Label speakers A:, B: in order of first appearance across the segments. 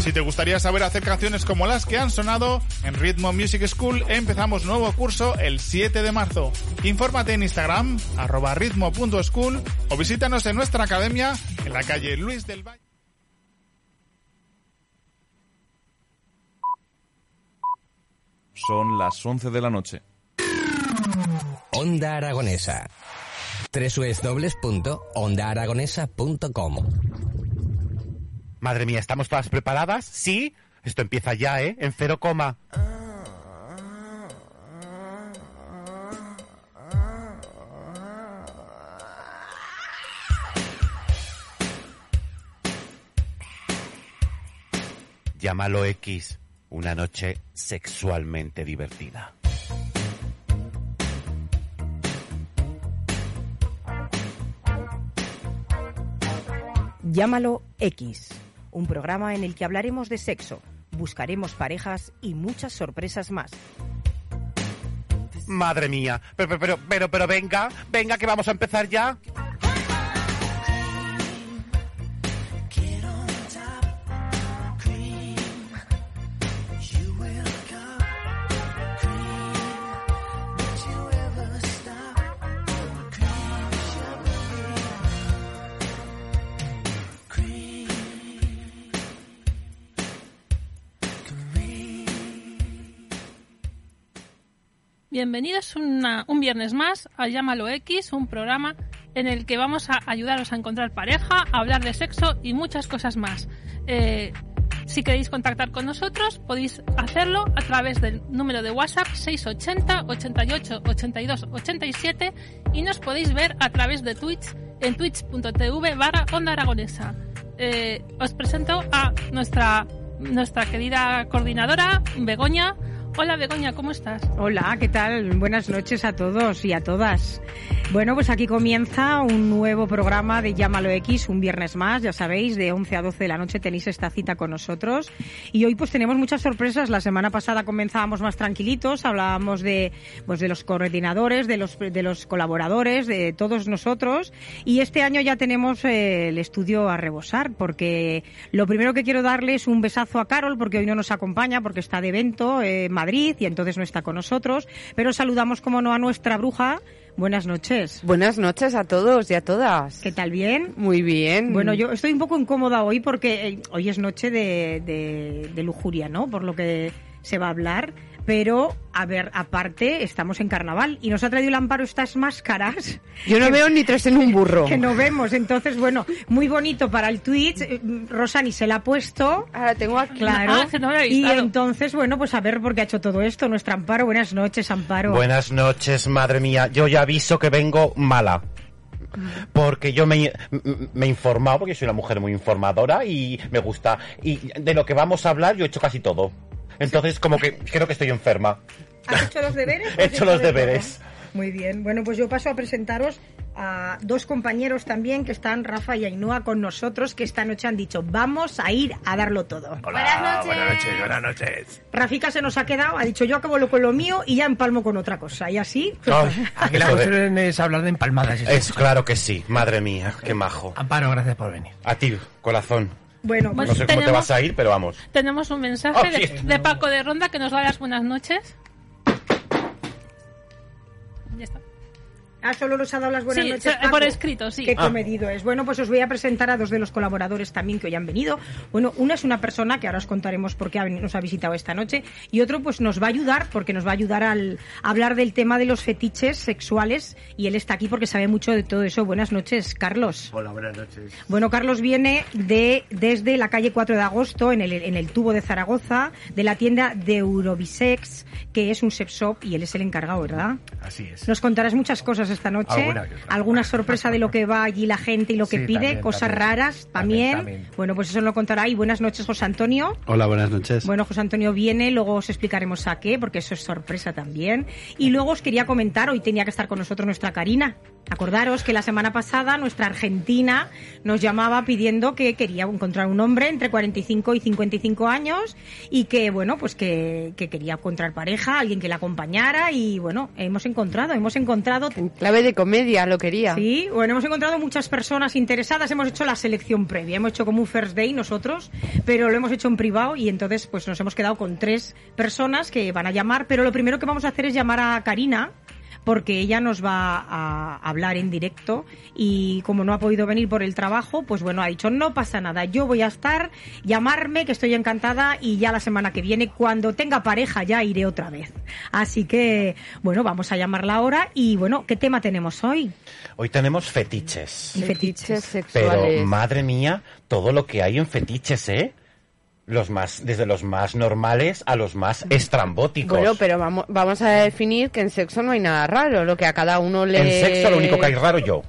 A: Si te gustaría saber hacer canciones como las que han sonado, en Ritmo Music School empezamos nuevo curso el 7 de marzo. Infórmate en Instagram, arroba ritmo.school o visítanos en nuestra academia en la calle Luis del Valle.
B: Son las 11 de la noche.
C: Onda Aragonesa. www.ondaaragonesa.com
D: Madre mía, ¿estamos todas preparadas? Sí. Esto empieza ya, ¿eh? En cero coma. Llámalo X. Una noche sexualmente divertida.
E: Llámalo X, un programa en el que hablaremos de sexo, buscaremos parejas y muchas sorpresas más.
D: Madre mía. Pero, pero, pero, pero, pero venga, venga, que vamos a empezar ya.
F: Bienvenidos una- un viernes más a Llámalo X, un programa en el que vamos a ayudaros a encontrar pareja, a hablar de sexo y muchas cosas más. Eh, si queréis contactar con nosotros, podéis hacerlo a través del número de WhatsApp 680 88 82 87 y nos podéis ver a través de Twitch en twitch.tv barra Onda Aragonesa. Eh, os presento a nuestra, nuestra querida coordinadora, Begoña. Hola Begoña, ¿cómo estás?
G: Hola, ¿qué tal? Buenas noches a todos y a todas. Bueno, pues aquí comienza un nuevo programa de Llámalo X, un viernes más, ya sabéis, de 11 a 12 de la noche tenéis esta cita con nosotros. Y hoy pues tenemos muchas sorpresas. La semana pasada comenzábamos más tranquilitos, hablábamos de, pues, de los coordinadores, de los, de los colaboradores, de todos nosotros. Y este año ya tenemos eh, el estudio a rebosar, porque lo primero que quiero darle es un besazo a Carol, porque hoy no nos acompaña, porque está de evento eh, en Madrid y entonces no está con nosotros. Pero saludamos, como no, a nuestra bruja. Buenas noches.
H: Buenas noches a todos y a todas.
G: ¿Qué tal? ¿Bien?
H: Muy bien.
G: Bueno, yo estoy un poco incómoda hoy porque eh, hoy es noche de, de- de lujuria, ¿no? Por lo que se va a hablar. Pero, a ver, aparte, estamos en carnaval y nos ha traído el amparo estas máscaras
H: Yo no veo ni tres en un burro.
G: que no vemos. Entonces, bueno, muy bonito para el Twitch. Eh, Rosani se la ha puesto.
H: Ahora tengo aquí.
G: Claro.
F: Ah, que no lo he
G: y
F: avisado.
G: entonces, bueno, pues a ver por qué ha hecho todo esto. Nuestra Amparo, buenas noches, Amparo.
D: Buenas noches, madre mía. Yo ya aviso que vengo mala. Porque yo me, me he informado, porque soy una mujer muy informadora y me gusta. Y de lo que vamos a hablar, yo he hecho casi todo. Entonces, como que creo que estoy enferma.
G: ¿Has hecho los deberes?
D: He hecho los deberes.
G: Muy bien. Bueno, pues yo paso a presentaros a dos compañeros también que están, Rafa y Ainhoa, con nosotros, que esta noche han dicho, vamos a ir a darlo todo.
I: Hola, Ah, buenas noches. Buenas noches,
G: Rafica se nos ha quedado, ha dicho, yo acabo lo- con lo mío y ya empalmo con otra cosa. Y así...
D: Ay,
I: Aquí la
D: eso de-
I: cuestión es hablar de empalmadas. y
D: es
I: esas
D: claro que sí, madre mía, qué majo.
I: cosas. Amparo, gracias por venir.
D: A ti, corazón.
G: Bueno,
D: No sé cómo te
F: pues Tenemos-
D: vas a ir, pero vamos.
F: Tenemos un mensaje
D: Oh,
F: de,
D: sí.
F: de Paco de Ronda que nos da las buenas noches. Ya está.
G: Ah, solo nos ha dado las buenas
F: Sí,
G: noches.
F: se-
G: Paco.
F: por escrito, sí.
G: Qué comedido es. Bueno, pues os voy a presentar a dos de los colaboradores también que hoy han venido. Bueno, una es una persona que ahora os contaremos por qué ha veni- nos ha visitado esta noche y otro pues nos va a ayudar porque nos va a ayudar al a hablar del tema de los fetiches sexuales y él está aquí porque sabe mucho de todo eso. Buenas noches, Carlos.
I: Hola, buenas noches.
G: Bueno, Carlos viene de desde la calle 4 de agosto, en el, en el tubo de Zaragoza, de la tienda de Eurobisex, que es un sex shop y él es el encargado, ¿verdad?
I: Así es.
G: Nos contarás muchas cosas esta noche.
I: Alguna que otra.
G: Alguna sorpresa de lo que va allí la gente y lo que
I: Sí,
G: pide.
I: también,
G: cosas
I: también.
G: raras también.
I: También, también.
G: Bueno, pues eso lo contará. Y buenas noches, José Antonio.
J: Hola, buenas noches.
G: Bueno, José Antonio viene, luego os explicaremos a qué, porque eso es sorpresa también. Y luego os quería comentar, hoy tenía que estar con nosotros nuestra Karina. Acordaros que la semana pasada nuestra Argentina nos llamaba pidiendo que quería encontrar un hombre entre 45 y 55 años y que, bueno, pues que, que quería encontrar pareja, alguien que la acompañara y, bueno, hemos encontrado, hemos encontrado...
H: Clave de comedia, lo quería.
G: Sí, bueno, hemos encontrado muchas personas interesadas, hemos hecho la selección previa, hemos hecho como un first day nosotros, pero lo hemos hecho en privado y entonces pues nos hemos quedado con tres personas que van a llamar, pero lo primero que vamos a hacer es llamar a Karina porque ella nos va a hablar en directo y como no ha podido venir por el trabajo, pues bueno, ha dicho no pasa nada, yo voy a estar, llamarme que estoy encantada y ya la semana que viene cuando tenga pareja ya iré otra vez. Así que bueno, vamos a llamarla ahora y bueno, ¿qué tema tenemos hoy?
D: Hoy tenemos fetiches.
G: Y
H: Fetiches sexuales.
D: Pero madre mía, todo lo que hay en fetiches, ¿eh? Los más, desde los más normales a los más estrambóticos.
H: Bueno, pero vamos, vamos a definir que en sexo no hay nada raro, lo que a cada uno le...
D: En sexo lo único que hay raro yo.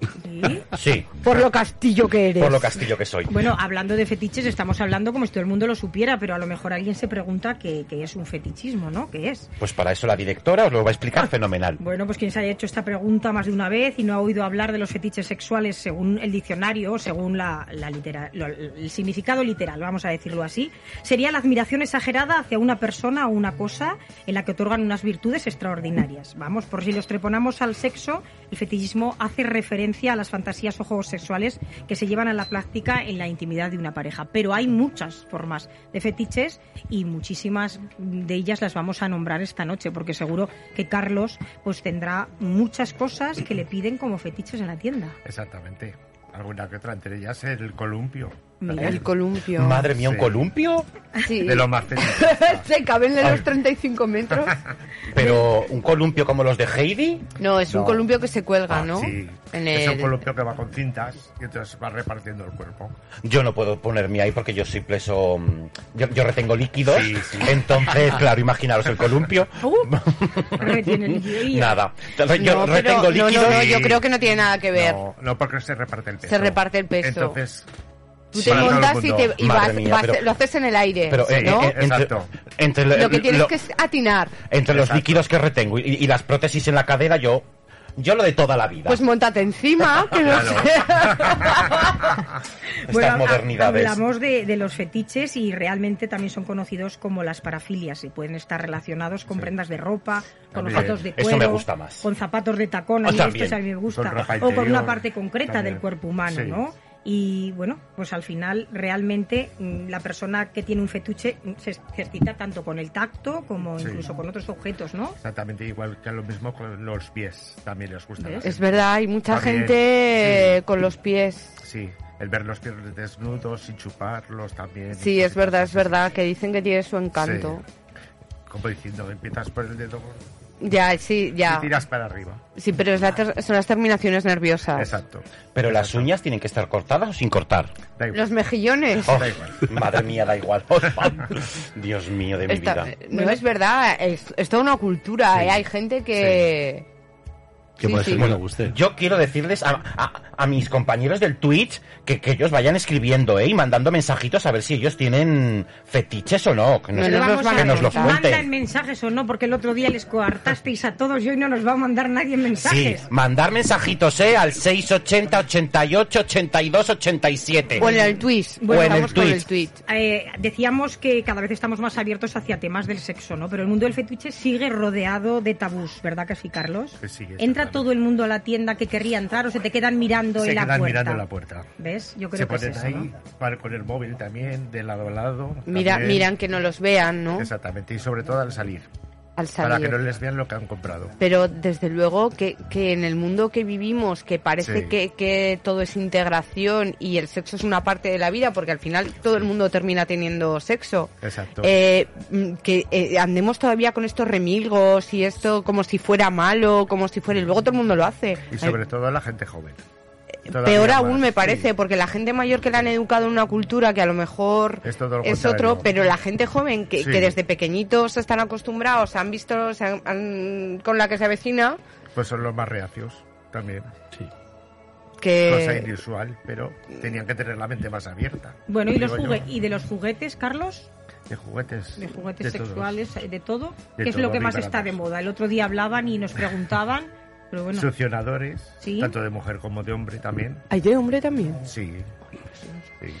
D: Sí,
H: Por lo castillo que eres.
D: por lo castillo que soy.
G: Bueno, hablando de fetiches, estamos hablando como si todo el mundo lo supiera, pero a lo mejor alguien se pregunta qué, qué es un fetichismo, ¿no? ¿Qué es?
D: Pues para eso la directora os lo va a
H: Ah.
D: explicar fenomenal.
G: Bueno, pues quien se haya hecho esta pregunta más de una vez y no ha oído hablar de los fetiches sexuales según el diccionario, según la, la litera- lo- el significado literal, vamos a decirlo así, sería la admiración exagerada hacia una persona o una cosa en la que otorgan unas virtudes extraordinarias. Vamos, por si los treponamos al sexo, el fetichismo hace referencia a las fantasías o juegos sexuales que se llevan a la práctica en la intimidad de una pareja. Pero hay muchas formas de fetiches y muchísimas de ellas las vamos a nombrar esta noche, porque seguro que Carlos pues tendrá muchas cosas que le piden como fetiches en la tienda.
I: Exactamente. Alguna que otra, entre ellas el columpio.
G: Mira.
H: El columpio.
D: Madre mía, un
I: Sí.
D: columpio,
H: Sí.
I: ¿eh? De los más fetiches.
H: Se caben de
D: Ay.
H: los 35 metros.
D: pero un columpio como los de Heidi.
H: No, es un
I: No.
H: columpio que se cuelga,
I: Ah,
H: ¿no?
I: Sí.
H: En
I: Es un
H: el-
I: columpio que va con cintas y entonces va repartiendo el cuerpo.
D: Yo no puedo ponerme ahí porque yo soy preso. mm, Yo, yo retengo líquidos.
I: Sí, sí.
D: Entonces, claro, imaginaros el columpio.
H: Uh,
G: Retiene líquido y-
D: Nada. Yo
H: No, pero-
D: retengo
H: no, no,
D: líquidos.
H: no,
I: y-
H: yo creo que no tiene nada que ver.
I: No, no, porque se reparte el peso.
H: Se reparte el peso.
I: Entonces,
H: Tú te
I: para todo el
H: montas y,
I: mundo.
H: te, y
D: Madre
H: vas-
D: mía,
H: vas-
D: pero-
H: lo haces en el aire,
D: Pero, eh,
H: ¿no?
D: eh, entre-
I: Exacto.
D: entre lo-
H: lo que tienes
D: lo-
H: que es atinar.
D: entre los
I: Exacto.
D: líquidos que retengo y, y las prótesis en la cadera, yo. Yo lo de toda la vida.
H: Pues montate encima, que no
I: Claro.
H: sé.
D: estas
G: ha-
D: modernidades.
G: Hablamos de, de los fetiches y realmente también son conocidos como las parafilias y pueden estar relacionados con prendas de ropa, con
I: También.
G: objetos de
D: Eso
G: cuero,
D: me gusta más.
G: con zapatos de tacón, a
D: Ah,
G: mí
D: también.
G: esto a mí me gusta,
I: Con ropa
G: o con una
I: interior,
G: parte concreta
I: también.
G: del cuerpo humano,
I: Sí.
G: ¿no? Y bueno, pues al final realmente mm, la persona que tiene un fetiche mm, se ejercita tanto con el tacto como
I: Sí.
G: incluso con otros objetos, ¿no?
I: exactamente igual que lo mismo con los pies. También les gusta.
G: ¿Ves?
I: las-
H: Es verdad, hay mucha
I: Está bien,
H: gente
I: sí.
H: eh, con los pies.
I: Sí, el ver los pies desnudos y chuparlos también.
H: Sí, es verdad, es verdad, que dicen que tiene su encanto.
I: Como diciendo, empiezas por el dedo
H: Ya, sí, ya.
I: y tiras para arriba.
H: Sí, pero es la ter- son las terminaciones nerviosas.
I: Exacto.
D: Pero las
I: Exacto.
D: uñas tienen que estar cortadas o sin cortar.
I: Da igual.
H: Los mejillones.
D: Oh,
I: Da igual.
D: madre mía, da igual. Dios mío, de mi
H: Esta- eh,
D: vida.
H: no es verdad, es, es toda una cultura,
I: Sí.
H: ¿eh? hay gente que...
B: Que
H: Sí,
B: por
H: sí.
B: eso no le guste.
D: Yo quiero decirles a, a- a mis compañeros del Twitch que, que ellos vayan escribiendo ¿eh? y mandando mensajitos a ver si ellos tienen fetiches o no. Que nos,
H: No,
G: Pero
H: no
G: vamos
H: nos van
G: a
H: a
D: que nos los
H: contar.
G: Mandan
D: cuenten.
G: mensajes o no, porque el otro día les coartasteis a todos y hoy no nos va a mandar nadie
D: Sí,
G: mensajes.
D: mandar mensajitos ¿eh? al 680 88 82 87.
H: O en el twist,
D: Eh, Bueno,
H: bueno,
D: en el
H: vamos con
D: tweet.
H: el tweet.
G: Eh, decíamos que cada vez estamos más abiertos hacia temas del sexo, ¿no? Pero el mundo del fetiche sigue rodeado de tabús, ¿verdad que sí, Carlos?
I: Que sí,
G: ¿Entra
I: exactamente.
G: todo el mundo a la tienda que querría entrar o se te quedan mirando
I: Se
G: en la
I: quedan
G: puerta?
I: mirando la puerta.
G: ¿Ves? Yo
I: Se
G: creo que es
I: ponen
G: eso,
I: ahí
G: ¿no?
I: para- con el móvil también, de lado a lado.
H: Mira,
I: también.
H: miran que no los vean, ¿no?
I: Exactamente, y sobre todo al salir,
H: Al
I: Para que
H: salir.
I: no les vean lo que han comprado.
H: Pero desde luego que, que en el mundo que vivimos, que parece
I: Sí.
H: que, que todo es integración y el sexo es una parte de la vida, porque al final todo el mundo termina teniendo sexo,
I: Exacto.
H: eh, mm, que eh, andemos todavía con estos remilgos y esto como si fuera malo, como si fuera... Y luego todo el mundo lo hace.
I: y sobre todo la gente joven. Todavía
H: Eh, Peor aún
I: más,
H: me
I: sí.
H: parece, porque la gente mayor que la han educado en una cultura que a lo mejor
I: Es todo lo
H: es
I: contrario.
H: otro, pero la gente joven que,
I: Sí.
H: que desde pequeñitos están acostumbrados, han visto se han- han- con la que se avecina,
I: Pues son los más reacios también.
B: Sí.
I: Cosa
H: que
I: inusual, pero tenían que tener la mente más abierta.
G: Bueno, ¿y, los
I: Digo yo,
G: jugue- ¿y de los juguetes, Carlos?
I: De juguetes.
G: De juguetes
I: todos.
G: sexuales, eh, de todo.
I: De
G: ¿Qué es lo
I: todo,
G: que más
I: liberados.
G: está de moda? El otro día hablaban y nos preguntaban Pero bueno,
I: Succionadores,
G: Sí.
I: tanto de mujer como de hombre también.
H: ¿Hay de hombre también?
I: Sí. sí.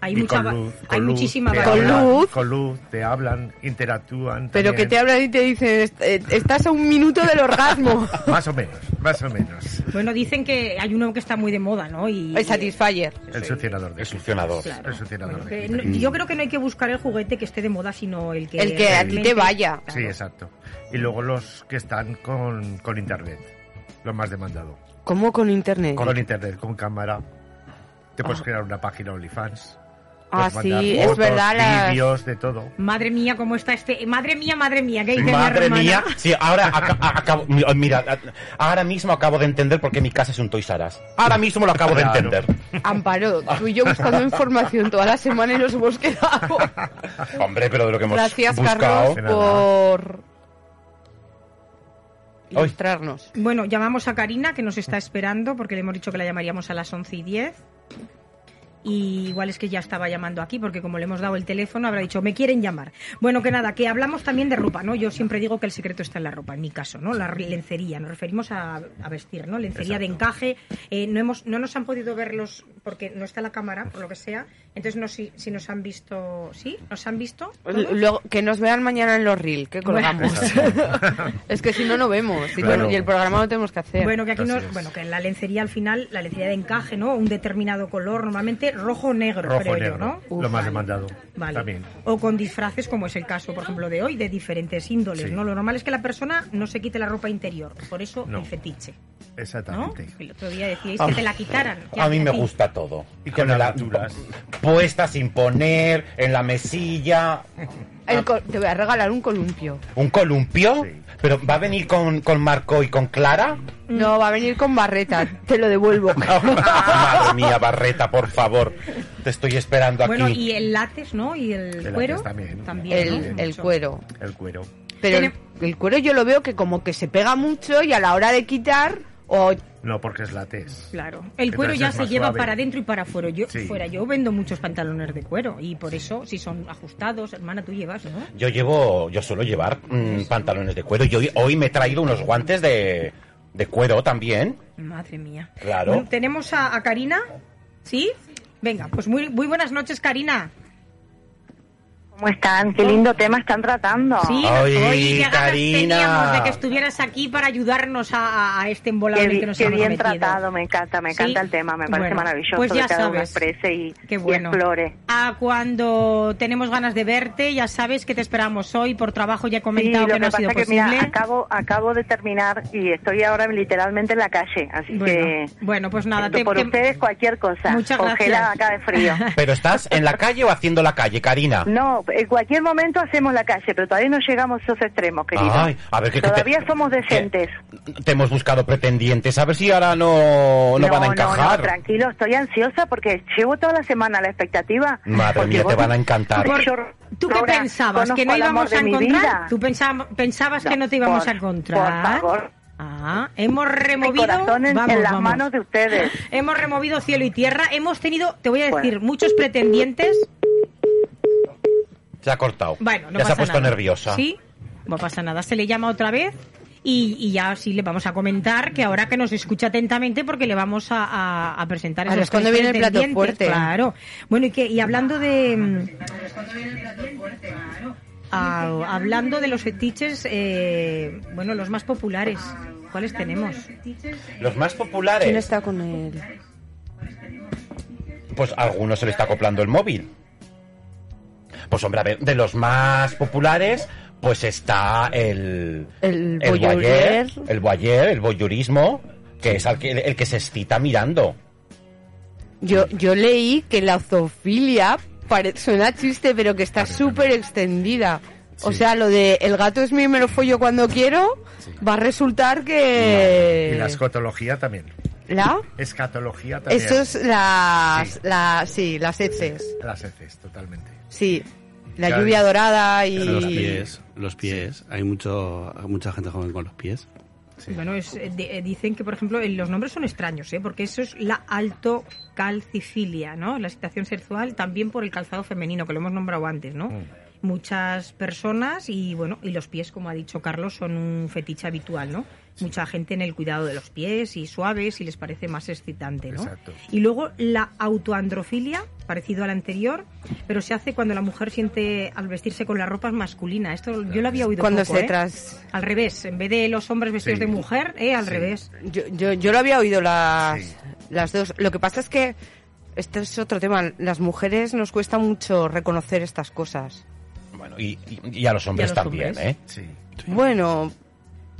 G: hay,
I: Y
G: mucha, va- hay muchísima
I: te
G: variedad.
I: hablan,
H: Con luz.
I: Con luz, te hablan, interactúan.
H: Pero que
I: también.
H: te hablan y te dicen, "Est- eh, estás a un minuto del orgasmo.
I: Más o menos, más o menos.
G: Bueno, dicen que hay uno que está muy de moda, ¿no? Y,
H: El Satisfyer.
I: El succionador. de
D: El
I: clítoris.
D: succionador.
G: Claro.
I: El succionador.
G: Bueno,
I: de
G: que Eh, no-
I: clítoris.
G: yo creo que no hay que buscar el juguete que esté de moda, sino el que...
H: El que a ti te
G: realmente-
H: vaya.
G: Claro.
I: Sí, exacto. Y luego los que están con, con internet, lo más demandado.
H: ¿Cómo con internet?
I: Con internet, con cámara. Te puedes crear una página OnlyFans.
H: Ah,
I: puedes mandar
H: sí, es verdad, las-
I: Vídeos, de todo.
G: Madre mía, cómo está este... Madre mía, madre mía, ¿qué dice mi
D: Madre
G: hermana?
D: mía, sí, ahora aca- a- acabo, mira, a- ahora mismo acabo de entender por qué mi casa es un Toys R Us. Ahora mismo lo acabo de
I: Claro.
D: entender.
H: Amparo, tú y yo buscando información toda la semana y nos hemos quedado.
D: Hombre, pero de lo que hemos
H: Gracias,
D: buscado. pues,
H: Carlos, por
D: Ay.
H: ilustrarnos.
G: Bueno, llamamos a Karina, que nos está esperando, porque le hemos dicho que la llamaríamos a las 11 y 10. Y igual es que ya estaba llamando aquí, porque como le hemos dado el teléfono, habrá dicho, me quieren llamar. Bueno, que nada, que hablamos también de ropa, ¿no? Yo siempre digo que el secreto está en la ropa, en mi caso, ¿no? La re- lencería, nos referimos a, a vestir, ¿no? Lencería de encaje. Eh, no, hemos, no nos han podido verlos porque no está la cámara, por lo que sea. Entonces, no sé si, si nos han visto. ¿Sí? ¿Nos han visto?
H: L- Luego, que nos vean mañana en los reels que
G: Pues, Bueno.
H: colgamos. es que si no, no vemos. Y,
I: Claro.
H: y el programa lo tenemos que hacer.
G: Bueno, que aquí no,
I: Así es.
G: bueno, que en la lencería al final, la lencería de encaje, ¿no? Un determinado color, normalmente rojo o negro,
I: Rojo
G: creo
I: o negro,
G: yo, ¿no?
I: lo más demandado.
G: Vale.
I: También.
G: O con disfraces, como es el caso, por ejemplo, de hoy, de diferentes índoles,
I: Sí.
G: ¿no? Lo normal es que la persona no se quite la ropa interior, por eso
I: No.
G: el fetiche, ¿no?
I: Exactamente.
G: El otro día decíais
D: A
G: que
D: mí-
G: te la quitaran.
D: A mí me
G: ti?
D: gusta todo.
I: Y
D: Que
I: con
D: me la-
I: aberturas.
D: puesta sin poner, en la mesilla, Ah.
H: El col- te voy a regalar un columpio.
D: un columpio.
I: Sí.
D: Pero va a venir con, con Marco y con Clara.
G: Mm.
H: No, va a venir con barreta. Te lo devuelvo.
D: Madre mía, Barreta, por favor. Te estoy esperando aquí.
G: Bueno, y el látex, ¿no? Y el,
I: El
G: cuero.
I: látex también.
G: ¿no?
H: El, el
G: Mucho.
H: cuero.
I: El cuero.
H: Pero el,
G: Tiene-
H: el cuero yo lo veo que como que se pega mucho y a la hora de quitar o
I: No, porque es la tez.
G: Claro, el cuero
I: Entonces
G: ya
I: es
G: se
I: más
G: lleva
I: suave.
G: para adentro y para fuera. Yo,
I: Sí.
G: fuera. Yo vendo muchos pantalones de cuero y por eso, si son ajustados, hermana, tú llevas, ¿no?
D: Yo llevo, yo suelo llevar mm, pantalones de cuero. Yo hoy, hoy me he traído unos guantes de, de cuero también.
G: Madre mía.
D: Claro.
G: Bueno, Tenemos a, a Karina, ¿sí? Venga, pues muy, muy buenas noches, Karina.
B: ¿Cómo están? Qué lindo tema están tratando.
G: Sí,
D: Ay,
G: oye, qué ganas
D: Karina.
G: teníamos de que estuvieras aquí para ayudarnos a, a- a este
B: Qué,
G: embolador
B: bi-
G: que nos
B: qué
G: hemos
B: bien
G: metido.
B: tratado, me encanta, me
G: Sí.
B: encanta el tema, me parece
G: Bueno,
B: maravilloso
G: pues ya
B: que cada uno
G: sabes.
B: exprese y,
G: Qué
B: y
G: bueno.
B: explore.
G: A cuando tenemos ganas de verte, ya sabes que te esperamos hoy. Por trabajo ya he
B: Sí,
G: comentado
B: lo
G: que
B: que
G: no ha
B: pasa
G: sido
B: es que
G: posible.
B: mira, acabo, acabo de terminar y estoy ahora literalmente en la calle, así
G: bueno,
B: que
G: bueno, pues nada, te,
B: por
G: te-
B: ustedes cualquier cosa,
G: Muchas
B: congelada
G: gracias.
B: acá de frío.
D: ¿Pero estás en la calle o haciendo la calle, Karina?
B: No, en cualquier momento hacemos la calle, pero todavía no llegamos a esos extremos, querido.
D: Ay, a ver, que- que
B: todavía
D: te-
B: somos
D: que-
B: decentes.
D: Te hemos buscado pretendientes. A ver si ahora no, no, van a encajar.
B: no, tranquilo, estoy ansiosa porque llevo toda la semana la expectativa.
D: Madre
B: Porque
D: mía, te
B: vos-
D: van a encantar.
B: Porque yo,
G: ¿Tú qué
B: Laura,
G: pensabas? ¿Que
B: conozco
G: no
B: el amor
G: íbamos a
B: de mi
G: encontrar?
B: vida.
G: ¿Tú pensab- pensabas que no te íbamos
B: por-
G: a
B: por
G: encontrar?
B: favor.
G: Ah, hemos
B: Mi
G: removido.
B: corazón en,
G: vamos,
B: en las
G: vamos.
B: manos de ustedes.
G: Hemos removido cielo y tierra. Hemos tenido, te voy a decir,
B: Bueno.
G: muchos pretendientes.
D: Se ha cortado.
G: Bueno,
D: ya
G: no
D: se
G: pasa
D: ha puesto
G: nada.
D: nerviosa.
G: Sí, no pasa nada. Se le llama otra vez y, y ya sí le vamos a comentar que ahora que nos escucha atentamente porque le vamos a, a- a presentar.
H: Ahora
G: esos
H: es cuando
G: tres
H: viene el plato
G: pretendientes,
H: fuerte.
G: Claro. Bueno, y, que, y hablando de. mm, ah, hablando de los fetiches, eh, bueno, los más populares. ¿Cuáles tenemos?
D: Los más
H: ¿Quién
D: populares.
H: está con él?
D: Pues a alguno se le está acoplando el móvil. Pues hombre, a ver, de los más populares, pues está el...
H: El
D: voyeur,
H: voyeur.
D: el voyeur, el voyeurismo, que es al que- el que se excita mirando.
H: Yo, yo leí que la zoofilia pare- suena chiste, pero que está súper extendida. O
I: Sí.
H: sea, lo de el gato es mío y me lo follo cuando quiero, va a resultar que...
I: Y la escotología también.
H: Eh. ¿La?
I: Escatología también.
H: Eso es las...
I: Sí.
H: la- sí, las heces.
I: Las heces, totalmente.
H: Sí. La
I: Claro.
H: lluvia dorada y...
J: Los pies, los pies. Hay mucho, mucha gente joven con los pies.
G: Bueno, es, eh, di- eh, dicen que, por ejemplo, eh, los nombres son extraños, ¿eh? porque eso es la altocalcifilia, ¿no? La excitación sexual también por el calzado femenino, que lo hemos nombrado antes, ¿no? muchas personas y bueno, y los pies, como ha dicho Carlos, son un fetiche habitual, ¿no? Mucha gente en el cuidado de los pies y suaves y les parece más excitante, ¿no?
I: Exacto.
G: Y luego la autoandrofilia, parecido a la anterior, pero se hace cuando la mujer siente al vestirse con la ropa masculina. Esto yo lo había oído
H: Cuando
G: poco,
H: se
G: ¿eh?
H: tras-
G: Al revés, en vez de los hombres vestidos
I: Sí.
G: de mujer, ¿eh? al
I: Sí.
G: revés.
H: Yo, yo, yo lo había oído las,
I: Sí.
H: las dos. Lo que pasa es que este es otro tema. Las mujeres nos cuesta mucho reconocer estas cosas.
D: Bueno, y, y- y a los hombres
G: los
D: también,
G: hombres.
D: ¿eh?
I: Sí.
H: Bueno,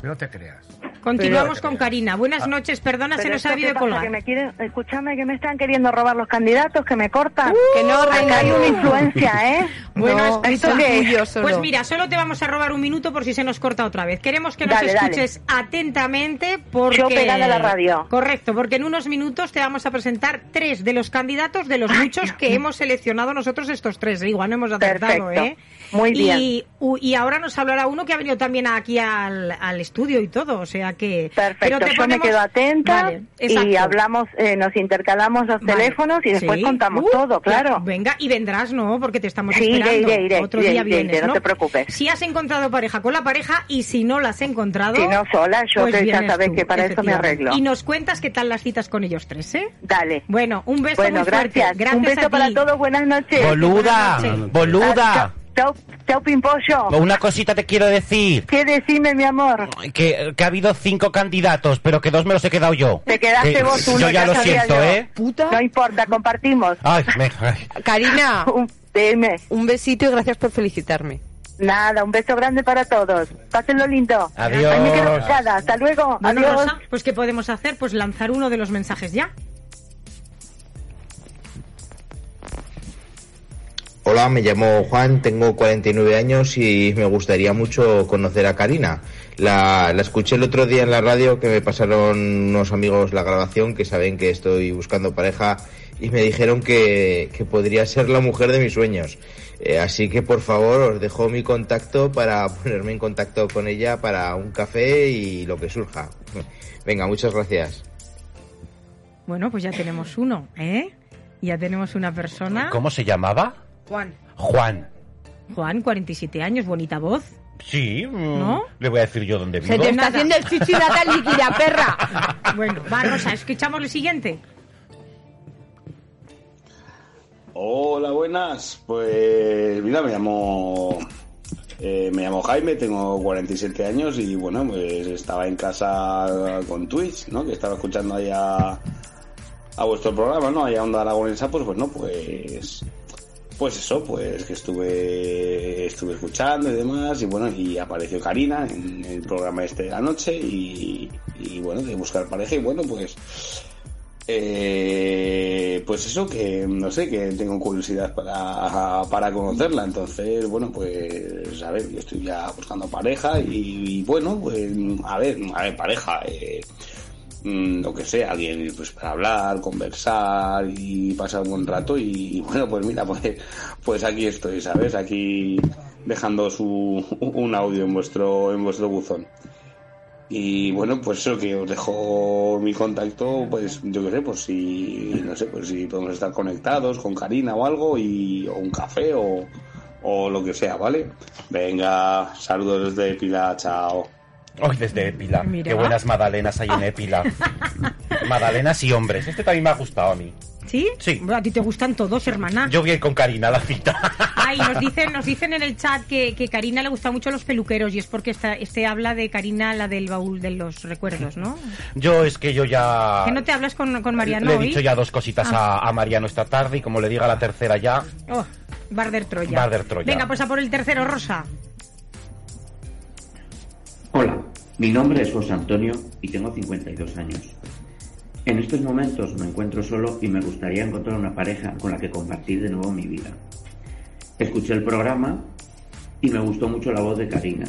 I: No te creas.
G: Continuamos con Karina. Buenas noches, perdona,
B: Ah.
G: se
B: Pero
G: nos
B: esto
G: ha
B: qué
G: habido
B: pasa,
G: colgar.
B: Que me quieren, escúchame, que me están queriendo robar los candidatos, que me cortan.
G: Uh,
H: que no
B: Acá hay una
H: venga.
B: influencia, ¿eh?
H: Bueno,
B: No,
H: es
B: ¿esto
H: pensar
B: qué es?
H: tuyo solo.
G: Pues mira, solo te vamos a robar un minuto por si se nos corta otra vez. Queremos que nos
B: Dale, dale.
G: escuches atentamente porque...
B: Yo pegada a la radio.
G: Correcto, porque en unos minutos te vamos a presentar tres de los candidatos de los muchos que hemos seleccionado nosotros estos tres. ¿eh? Igual no hemos acertado,
B: Perfecto.
G: ¿eh?
B: Muy
G: Y,
B: bien.
G: u- y ahora nos hablará uno que ha venido también aquí al, al estudio y todo, o sea que...
B: Perfecto,
G: Pero te
B: yo
G: ponemos-
B: me quedo atenta
G: Vale,
B: y
G: exacto.
B: hablamos, eh, nos intercalamos los
G: Vale.
B: teléfonos y después
G: Sí.
B: contamos
G: Uh,
B: todo, claro.
G: Venga, y vendrás, ¿no? Porque te estamos
B: Sí, iré,
G: esperando.
B: iré, iré,
G: Otro
B: iré,
G: día
B: iré, iré,
G: vienes,
B: no te preocupes.
G: Si has encontrado pareja con la pareja y si no la has encontrado...
B: Si no sola, yo
G: pues
B: que ya
G: vienes
B: sabes
G: tú,
B: que para eso me
G: efectivamente.
B: arreglo.
G: Y nos cuentas qué tal las citas con ellos tres, ¿eh?
B: Dale.
G: Bueno, un beso
B: Bueno,
G: muy fuerte.
B: gracias. Un
G: a
B: beso
G: ti.
B: para todos, buenas noches.
D: Boluda,
G: Buenas
J: noches.
D: boluda.
B: Ah, Chao, chao, Pimpollo.
D: Una cosita te quiero decir.
B: ¿Qué decime, mi amor?
D: Que, que ha habido cinco candidatos, pero que dos me los he quedado yo.
B: Te quedaste
D: Que-
B: vos uno,
D: Eh, Yo ya,
B: ya
D: lo
B: sabía
D: siento,
B: yo.
D: ¿eh? Ah.
H: puta.
B: No importa, compartimos.
D: Ay, me- ay.
H: Karina,
B: Un- dime.
H: un besito y gracias por felicitarme.
B: Nada, un beso grande para todos. Pásenlo lindo.
D: Adiós.
B: Ahí me quedo callada. Hasta luego.
G: Bueno,
B: Adiós.
G: Rosa, pues ¿qué podemos hacer? Pues lanzar uno de los mensajes ya.
K: Hola, me llamo Juan, tengo 49 años y me gustaría mucho conocer a Karina. La, la escuché el otro día en la radio que me pasaron unos amigos la grabación que saben que estoy buscando pareja y me dijeron que, que podría ser la mujer de mis sueños. Eh, así que por favor os dejo mi contacto para ponerme en contacto con ella para un café y lo que surja. Venga, muchas gracias.
G: Bueno, pues ya tenemos uno, ¿eh? Ya tenemos una persona.
D: ¿Cómo se llamaba?
G: Juan.
D: Juan.
G: Juan, 47 años, bonita voz.
D: Sí, mm,
G: ¿No?
D: le voy a decir yo dónde
H: Se
D: vivo.
H: te
G: nada.
H: está haciendo el chichi natal líquida, perra.
G: Bueno, va, Rosa, escuchamos lo siguiente.
L: Hola, buenas. Pues mira, me llamo eh, me llamo Jaime, tengo 47 años y bueno, pues estaba en casa con Twitch, ¿no? Que estaba escuchando ahí a, a vuestro programa, ¿no? Allá Onda Aragonesa, pues bueno, pues pues eso, pues que estuve estuve escuchando y demás y bueno, y apareció Karina en el programa este de la noche y, y bueno, de buscar pareja y bueno, pues eh, pues eso, que no sé, que tengo curiosidad para, para conocerla. Entonces, bueno, pues a ver, yo estoy ya buscando pareja y, y bueno, pues a ver, a ver, pareja, eh, mm, lo que sea, alguien pues para hablar, conversar y pasar un buen rato. Y, bueno, pues mira, pues, pues aquí estoy, ¿sabes? Aquí dejando su, un audio en vuestro, en vuestro buzón. Y bueno, pues eso que os dejo mi contacto, pues yo qué sé, pues si, no sé, pues si podemos estar conectados con Karina o algo, y, o un café o, o lo que sea, ¿vale? Venga, saludos desde Pilar, chao.
D: Ay, desde Épila.
G: Mira.
D: Qué buenas magdalenas hay en Épila. magdalenas y hombres. Este también me ha gustado a mí.
G: ¿Sí?
D: Sí.
G: Bueno, a ti te gustan todos, hermana.
D: Yo voy a ir con Karina a la cita.
G: Ay, nos dicen, nos dicen en el chat que, que Karina le gustan mucho los peluqueros y es porque esta- este habla de Karina, la del baúl de los recuerdos, ¿no?
D: Yo es que yo ya...
G: Que no te hablas con, con Mariano
D: Ah. Le he
G: hoy. Ah.
D: dicho ya dos cositas a, a Mariano esta tarde y como le diga la tercera ya...
G: Oh, Barder Troya.
D: Barder Troya.
G: Venga, pues a por el tercero, Rosa.
K: Hola, mi nombre es José Antonio y tengo 52 años. En estos momentos me encuentro solo y me gustaría encontrar una pareja con la que compartir de nuevo mi vida. Escuché el programa y me gustó mucho la voz de Karina.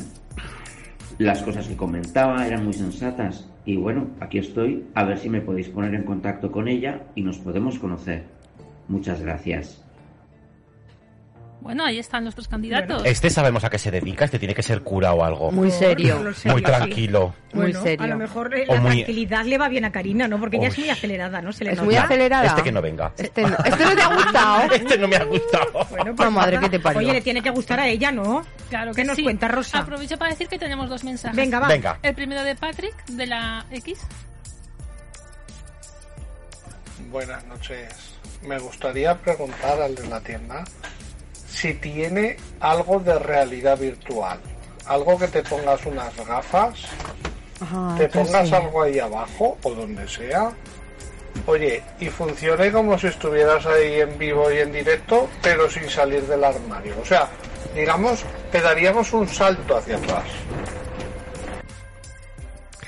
K: Las cosas que comentaba eran muy sensatas y bueno, aquí estoy a ver si me podéis poner en contacto con ella y nos podemos conocer. Muchas gracias.
F: Bueno, ahí están los dos candidatos.
D: Este sabemos a qué se dedica, este tiene que ser cura o algo.
H: Muy serio.
G: Lo sé,
D: Muy
G: sí.
D: tranquilo.
G: Bueno, A lo mejor eh,
D: O
G: la
D: muy-
G: tranquilidad le va bien a Karina, ¿no? Porque ella es muy acelerada, ¿no? Se le
H: Es
G: nota.
H: muy acelerada.
D: Este que no venga.
H: Este no, este no te ha gustado.
D: Este no me ha gustado.
G: Bueno, pues
H: Ah, madre, que te parió.
G: Oye, le tiene que gustar a ella, ¿no?
F: Claro
G: ¿Qué
F: que
G: nos
F: sí.
G: cuenta Rosa?
F: Aprovecho para decir que tenemos dos mensajes.
G: Venga, va. Venga.
F: El primero de Patrick, de la X.
M: Buenas noches. Me gustaría preguntar al de la tienda si tiene algo de realidad virtual. Algo que te pongas unas gafas,
N: Ah,
M: te
N: pues
M: pongas algo ahí abajo o donde sea. Oye, y funcione como si estuvieras ahí en vivo y en directo, pero sin salir del armario. O sea, digamos, te daríamos un salto hacia atrás.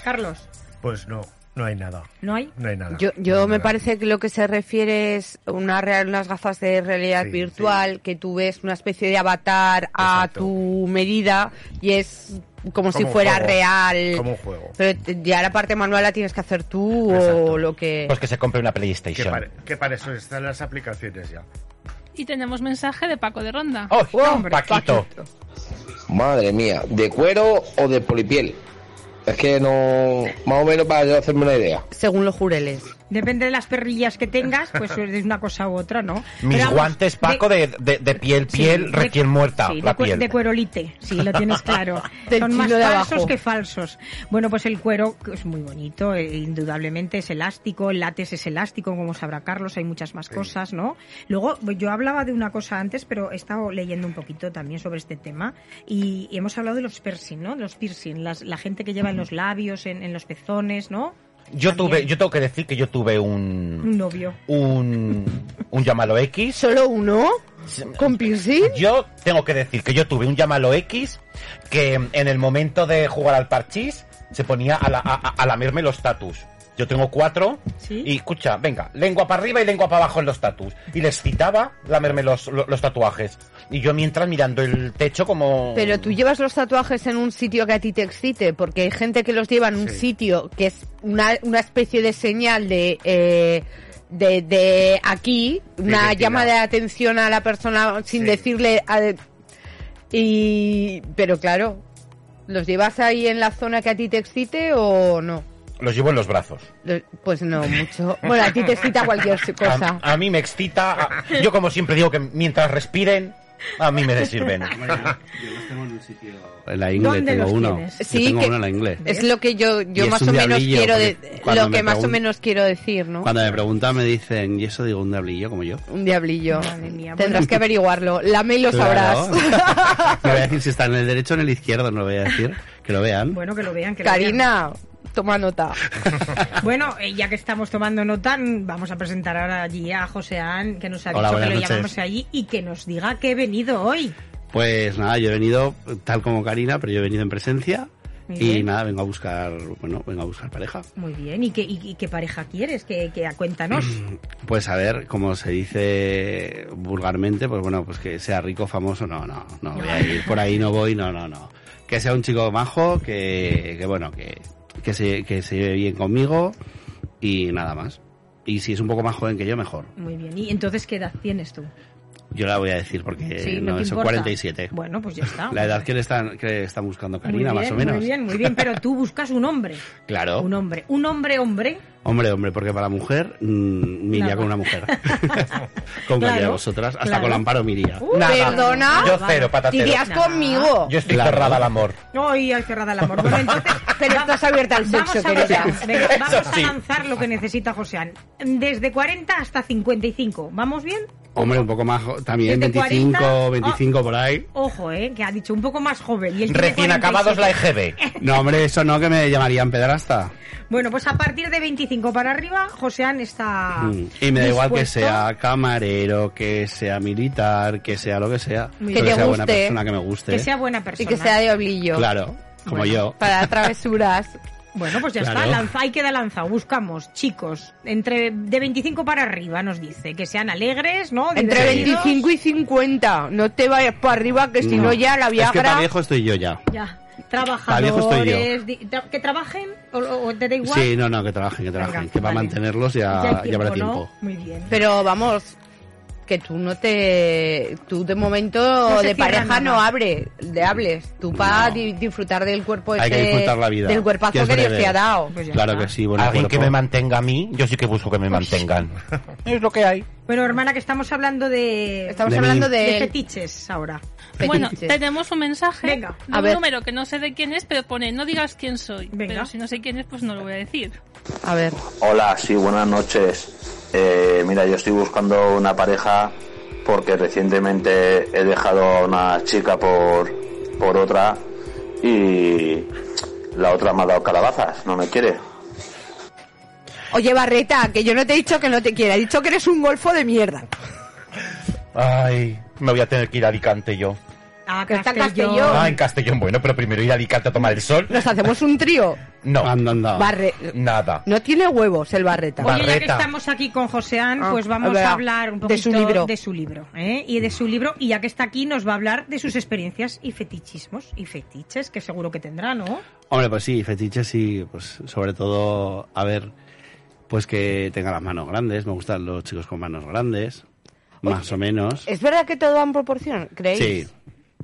G: Carlos,
I: Pues no, no hay nada.
G: ¿no hay?
I: No hay nada.
H: Yo, yo me parece que lo que se refiere es una real, unas gafas de realidad virtual que tú ves una especie de avatar a tu medida y es como, si
I: Como un
H: fuera
I: juego,
H: real.
I: como un juego.
H: Pero te- ya la parte manual la tienes que hacer tú o lo que...
D: Pues que se compre una
I: Que
D: PlayStation.
I: para, que para eso están las aplicaciones ya.
F: Y tenemos mensaje de Paco de Ronda.
D: ¡Oh, Paquito!
O: Madre mía, ¿de cuero o de polipiel? Es que no. Más o menos para yo hacerme una idea.
H: Según los jureles.
G: Depende de las perrillas que tengas, pues es una cosa u otra, ¿no?
D: Mis
G: Pero vamos,
D: guantes, Paco, de, de, de piel,
G: Sí,
D: piel,
G: de-
D: recién muerta.
G: Sí,
D: la
G: de, cue-
D: piel.
G: de cuerolite, sí, lo tienes claro.
H: Ah, Del
G: Son más
H: chino de
G: falsos
H: abajo.
G: que falsos. Bueno, pues el cuero que es muy bonito, eh, indudablemente es elástico, el látex es elástico, como sabrá Carlos, hay muchas más cosas, ¿no? Luego, yo hablaba de una cosa antes, pero he estado leyendo un poquito también sobre este tema y, y hemos hablado de los piercing, ¿no? Los piercing, las- la gente que lleva en los labios, en, en los pezones, ¿no?
D: Yo tuve,
G: También.
D: yo tengo que decir que yo tuve un.
G: Un novio.
D: Un. Un llamalo X.
H: ¿Solo uno? ¿Con piercing?
D: Yo tengo que decir que yo tuve un llamalo X que en el momento de jugar al parchís se ponía a, la, a, a- a lamerme los tatus. Yo tengo cuatro y escucha, venga, lengua para arriba y lengua para abajo en los tatus. Y les citaba lamerme los, lo- los tatuajes. Y yo mientras mirando el techo como...
H: Pero tú llevas los tatuajes en un sitio que a ti te excite, porque hay gente que los lleva en un
D: Sí.
H: sitio que es una, una especie de señal de, eh, de, de aquí, una
P: identidad.
H: llama de atención a la persona sin decirle... a- y Pero claro, ¿los llevas ahí en la zona que a ti te excite o no?
D: Los llevo en los brazos.
H: Lo- Pues no mucho. Bueno, a ti te excita cualquier cosa.
D: A, a mí me excita. a- yo como siempre digo que mientras respiren, a mí me sirven.
J: En la ingle
H: ¿Dónde
J: tengo
H: los
J: uno.
H: tienes?
J: Yo
H: Sí,
J: tengo
H: que-
J: uno en la ingle.
H: Es lo que yo,
J: Y
H: yo
J: es
H: más
J: un
H: o menos
J: diablillo,
H: quiero de-
J: porque cuando
H: lo
J: me
H: que más o
J: pregun-
H: menos quiero decir, ¿no?
J: Cuando me preguntan me dicen, ¿y eso digo un diablillo como yo?
H: Un diablillo. Tendrás que averiguarlo. Lame y lo
J: Claro.
H: sabrás.
J: No voy a decir si está en el derecho o en el izquierdo, no lo voy a decir. Que lo vean.
G: Bueno, que lo vean, que lo
H: Karina, toma nota.
G: Bueno, eh, ya que estamos tomando nota, mm, vamos a presentar ahora allí a José An, que nos ha dicho
J: Hola,
G: que lo
J: buenas noches.
G: llamamos allí y que nos diga que he venido hoy.
J: Pues nada, yo he venido tal como Karina, pero yo he venido en presencia.
G: Muy
J: Y
G: bien.
J: nada, vengo a buscar, bueno, vengo a buscar pareja.
G: Muy bien, ¿y qué, y, y qué pareja quieres? Que, que cuéntanos.
J: Pues a ver, como se dice vulgarmente, pues bueno, pues que sea rico, famoso, no, no, no voy a ir por ahí, no voy, no, no, no. Que sea un chico majo, que, que bueno, que, que, se, que se lleve bien conmigo y nada más. Y si es un poco más joven que yo, mejor.
G: Muy bien, ¿y entonces qué edad tienes tú?
J: Yo la voy a decir porque
G: Sí,
J: Eh, no,
G: te
J: eso,
G: importa.
J: 47.
G: Bueno, pues ya está.
J: La edad que le están, que le están buscando
G: Muy
J: Karina,
G: bien,
J: más o menos.
G: Muy bien, muy bien, pero tú buscas un hombre.
J: Claro.
G: Un hombre, un hombre, hombre.
J: Hombre, hombre, porque para mujer mm, me iría
G: Nada.
J: con una mujer. con cualquiera de
G: Claro,
J: vosotras. Hasta
G: claro.
J: con Amparo me iría.
G: Uh, Nada.
H: Perdona.
D: Yo cero, patatero.
H: Irías
D: Nada.
H: conmigo.
D: Yo estoy
J: Claro.
D: cerrada al amor.
G: Ay, ay, cerrada el amor. Bueno, entonces,
H: Pero estás abierta al
G: vamos
H: sexo,
G: a,
H: querida.
G: lanzar- venga,
H: Eso
G: vamos a
J: sí.
G: lanzar lo que necesita José An. Desde 40 hasta 55. ¿Vamos bien?
J: Hombre, un poco más jo- también,
G: Desde
J: 25,
G: 40,
J: 25 por ahí.
G: Ojo, ¿eh? Que ha dicho un poco más joven. Y él tiene
J: Recién
G: 47.
J: acabados
D: E
J: la EGB. No, hombre, eso no, que me llamarían pedrasta.
G: Bueno, pues a partir de 25 para arriba, Josean está.
J: Mm. Y me da igual que
G: Ah. dispuesto.
J: sea camarero, que sea militar, que sea lo que sea.
G: Que
J: pero
G: te
J: que sea buena
G: guste.
J: persona, que me guste.
G: Que sea buena persona.
H: Y que sea de oblillo.
J: Claro, como yo.
H: Para travesuras.
G: Bueno, pues ya
J: Claro.
G: está, lanza, ahí queda lanzado. Buscamos chicos entre de 25 para arriba, nos dice, que sean alegres, ¿no?
H: Entre
G: Divertidos.
H: 25 y 50. No te vayas para arriba, que si no ya la
J: Es que para
H: Viagra.
J: viejo estoy yo ya.
G: Ya.
J: Para viejo estoy yo.
G: Trabajadores, di- tra- que trabajen o, o- o te da igual.
J: Sí, no, no, que trabajen, que trabajen.
G: Venga,
J: que para
G: vale.
J: mantenerlos
G: Ya hay
J: ya, ya habrá
G: tiempo, ¿no?
J: tiempo.
G: Muy bien.
H: Pero vamos, que tú no te tú de momento
G: No se
H: de
G: cierra
H: pareja
G: nada.
H: no abre de hables tú para disfrutar del cuerpo
D: Hay que
H: ese-
D: disfrutar la vida,
H: del cuerpazo
D: que
H: que,
D: es
H: Dios
D: breve.
H: te ha dado
G: Pues
D: claro que sí. pues- Alguien que me mantenga a mí, yo sí que busco que me
H: Pues-
D: mantengan.
G: Es
D: lo que hay.
G: Bueno, hermana, que estamos hablando de.
H: Estamos
D: De hablando mí. de él.
G: fetiches ahora.
F: Bueno, tenemos un mensaje de
H: a
F: un
H: ver.
F: número que no sé de quién es, pero pone no digas quién soy. Pero si no sé quién es, pues no lo voy a decir.
H: a ver
P: Hola, sí, buenas noches. Eh, mira, yo estoy buscando una pareja porque recientemente he dejado a una chica por, por otra y la otra me ha dado calabazas, no me quiere.
H: oye Barreta que yo no te he dicho que no te quiera he dicho que eres un golfo de mierda
D: Ay, me voy a tener que ir a Alicante yo.
G: Ah,
H: que está en Castellón
D: Ah, en Castellón, bueno, pero primero ir a Alicante a tomar el sol.
H: nos hacemos un trío
D: No.
H: Barre-
D: Nada.
H: no tiene huevos el Barreta
G: Oye, ya que estamos aquí con Josean,
H: Ah,
G: pues vamos
H: verdad.
G: a hablar un
H: De
G: poquito
H: su libro.
G: de su libro, ¿eh? Y de su libro, y ya que está aquí, nos va a hablar de sus experiencias y fetichismos y fetiches, que seguro que tendrá, ¿no?
J: Hombre, pues sí, fetiches y pues sobre todo, a ver, pues que tenga las manos grandes, me gustan los chicos con manos grandes, más o menos.
H: es verdad que todo va en proporción creéis
J: Sí,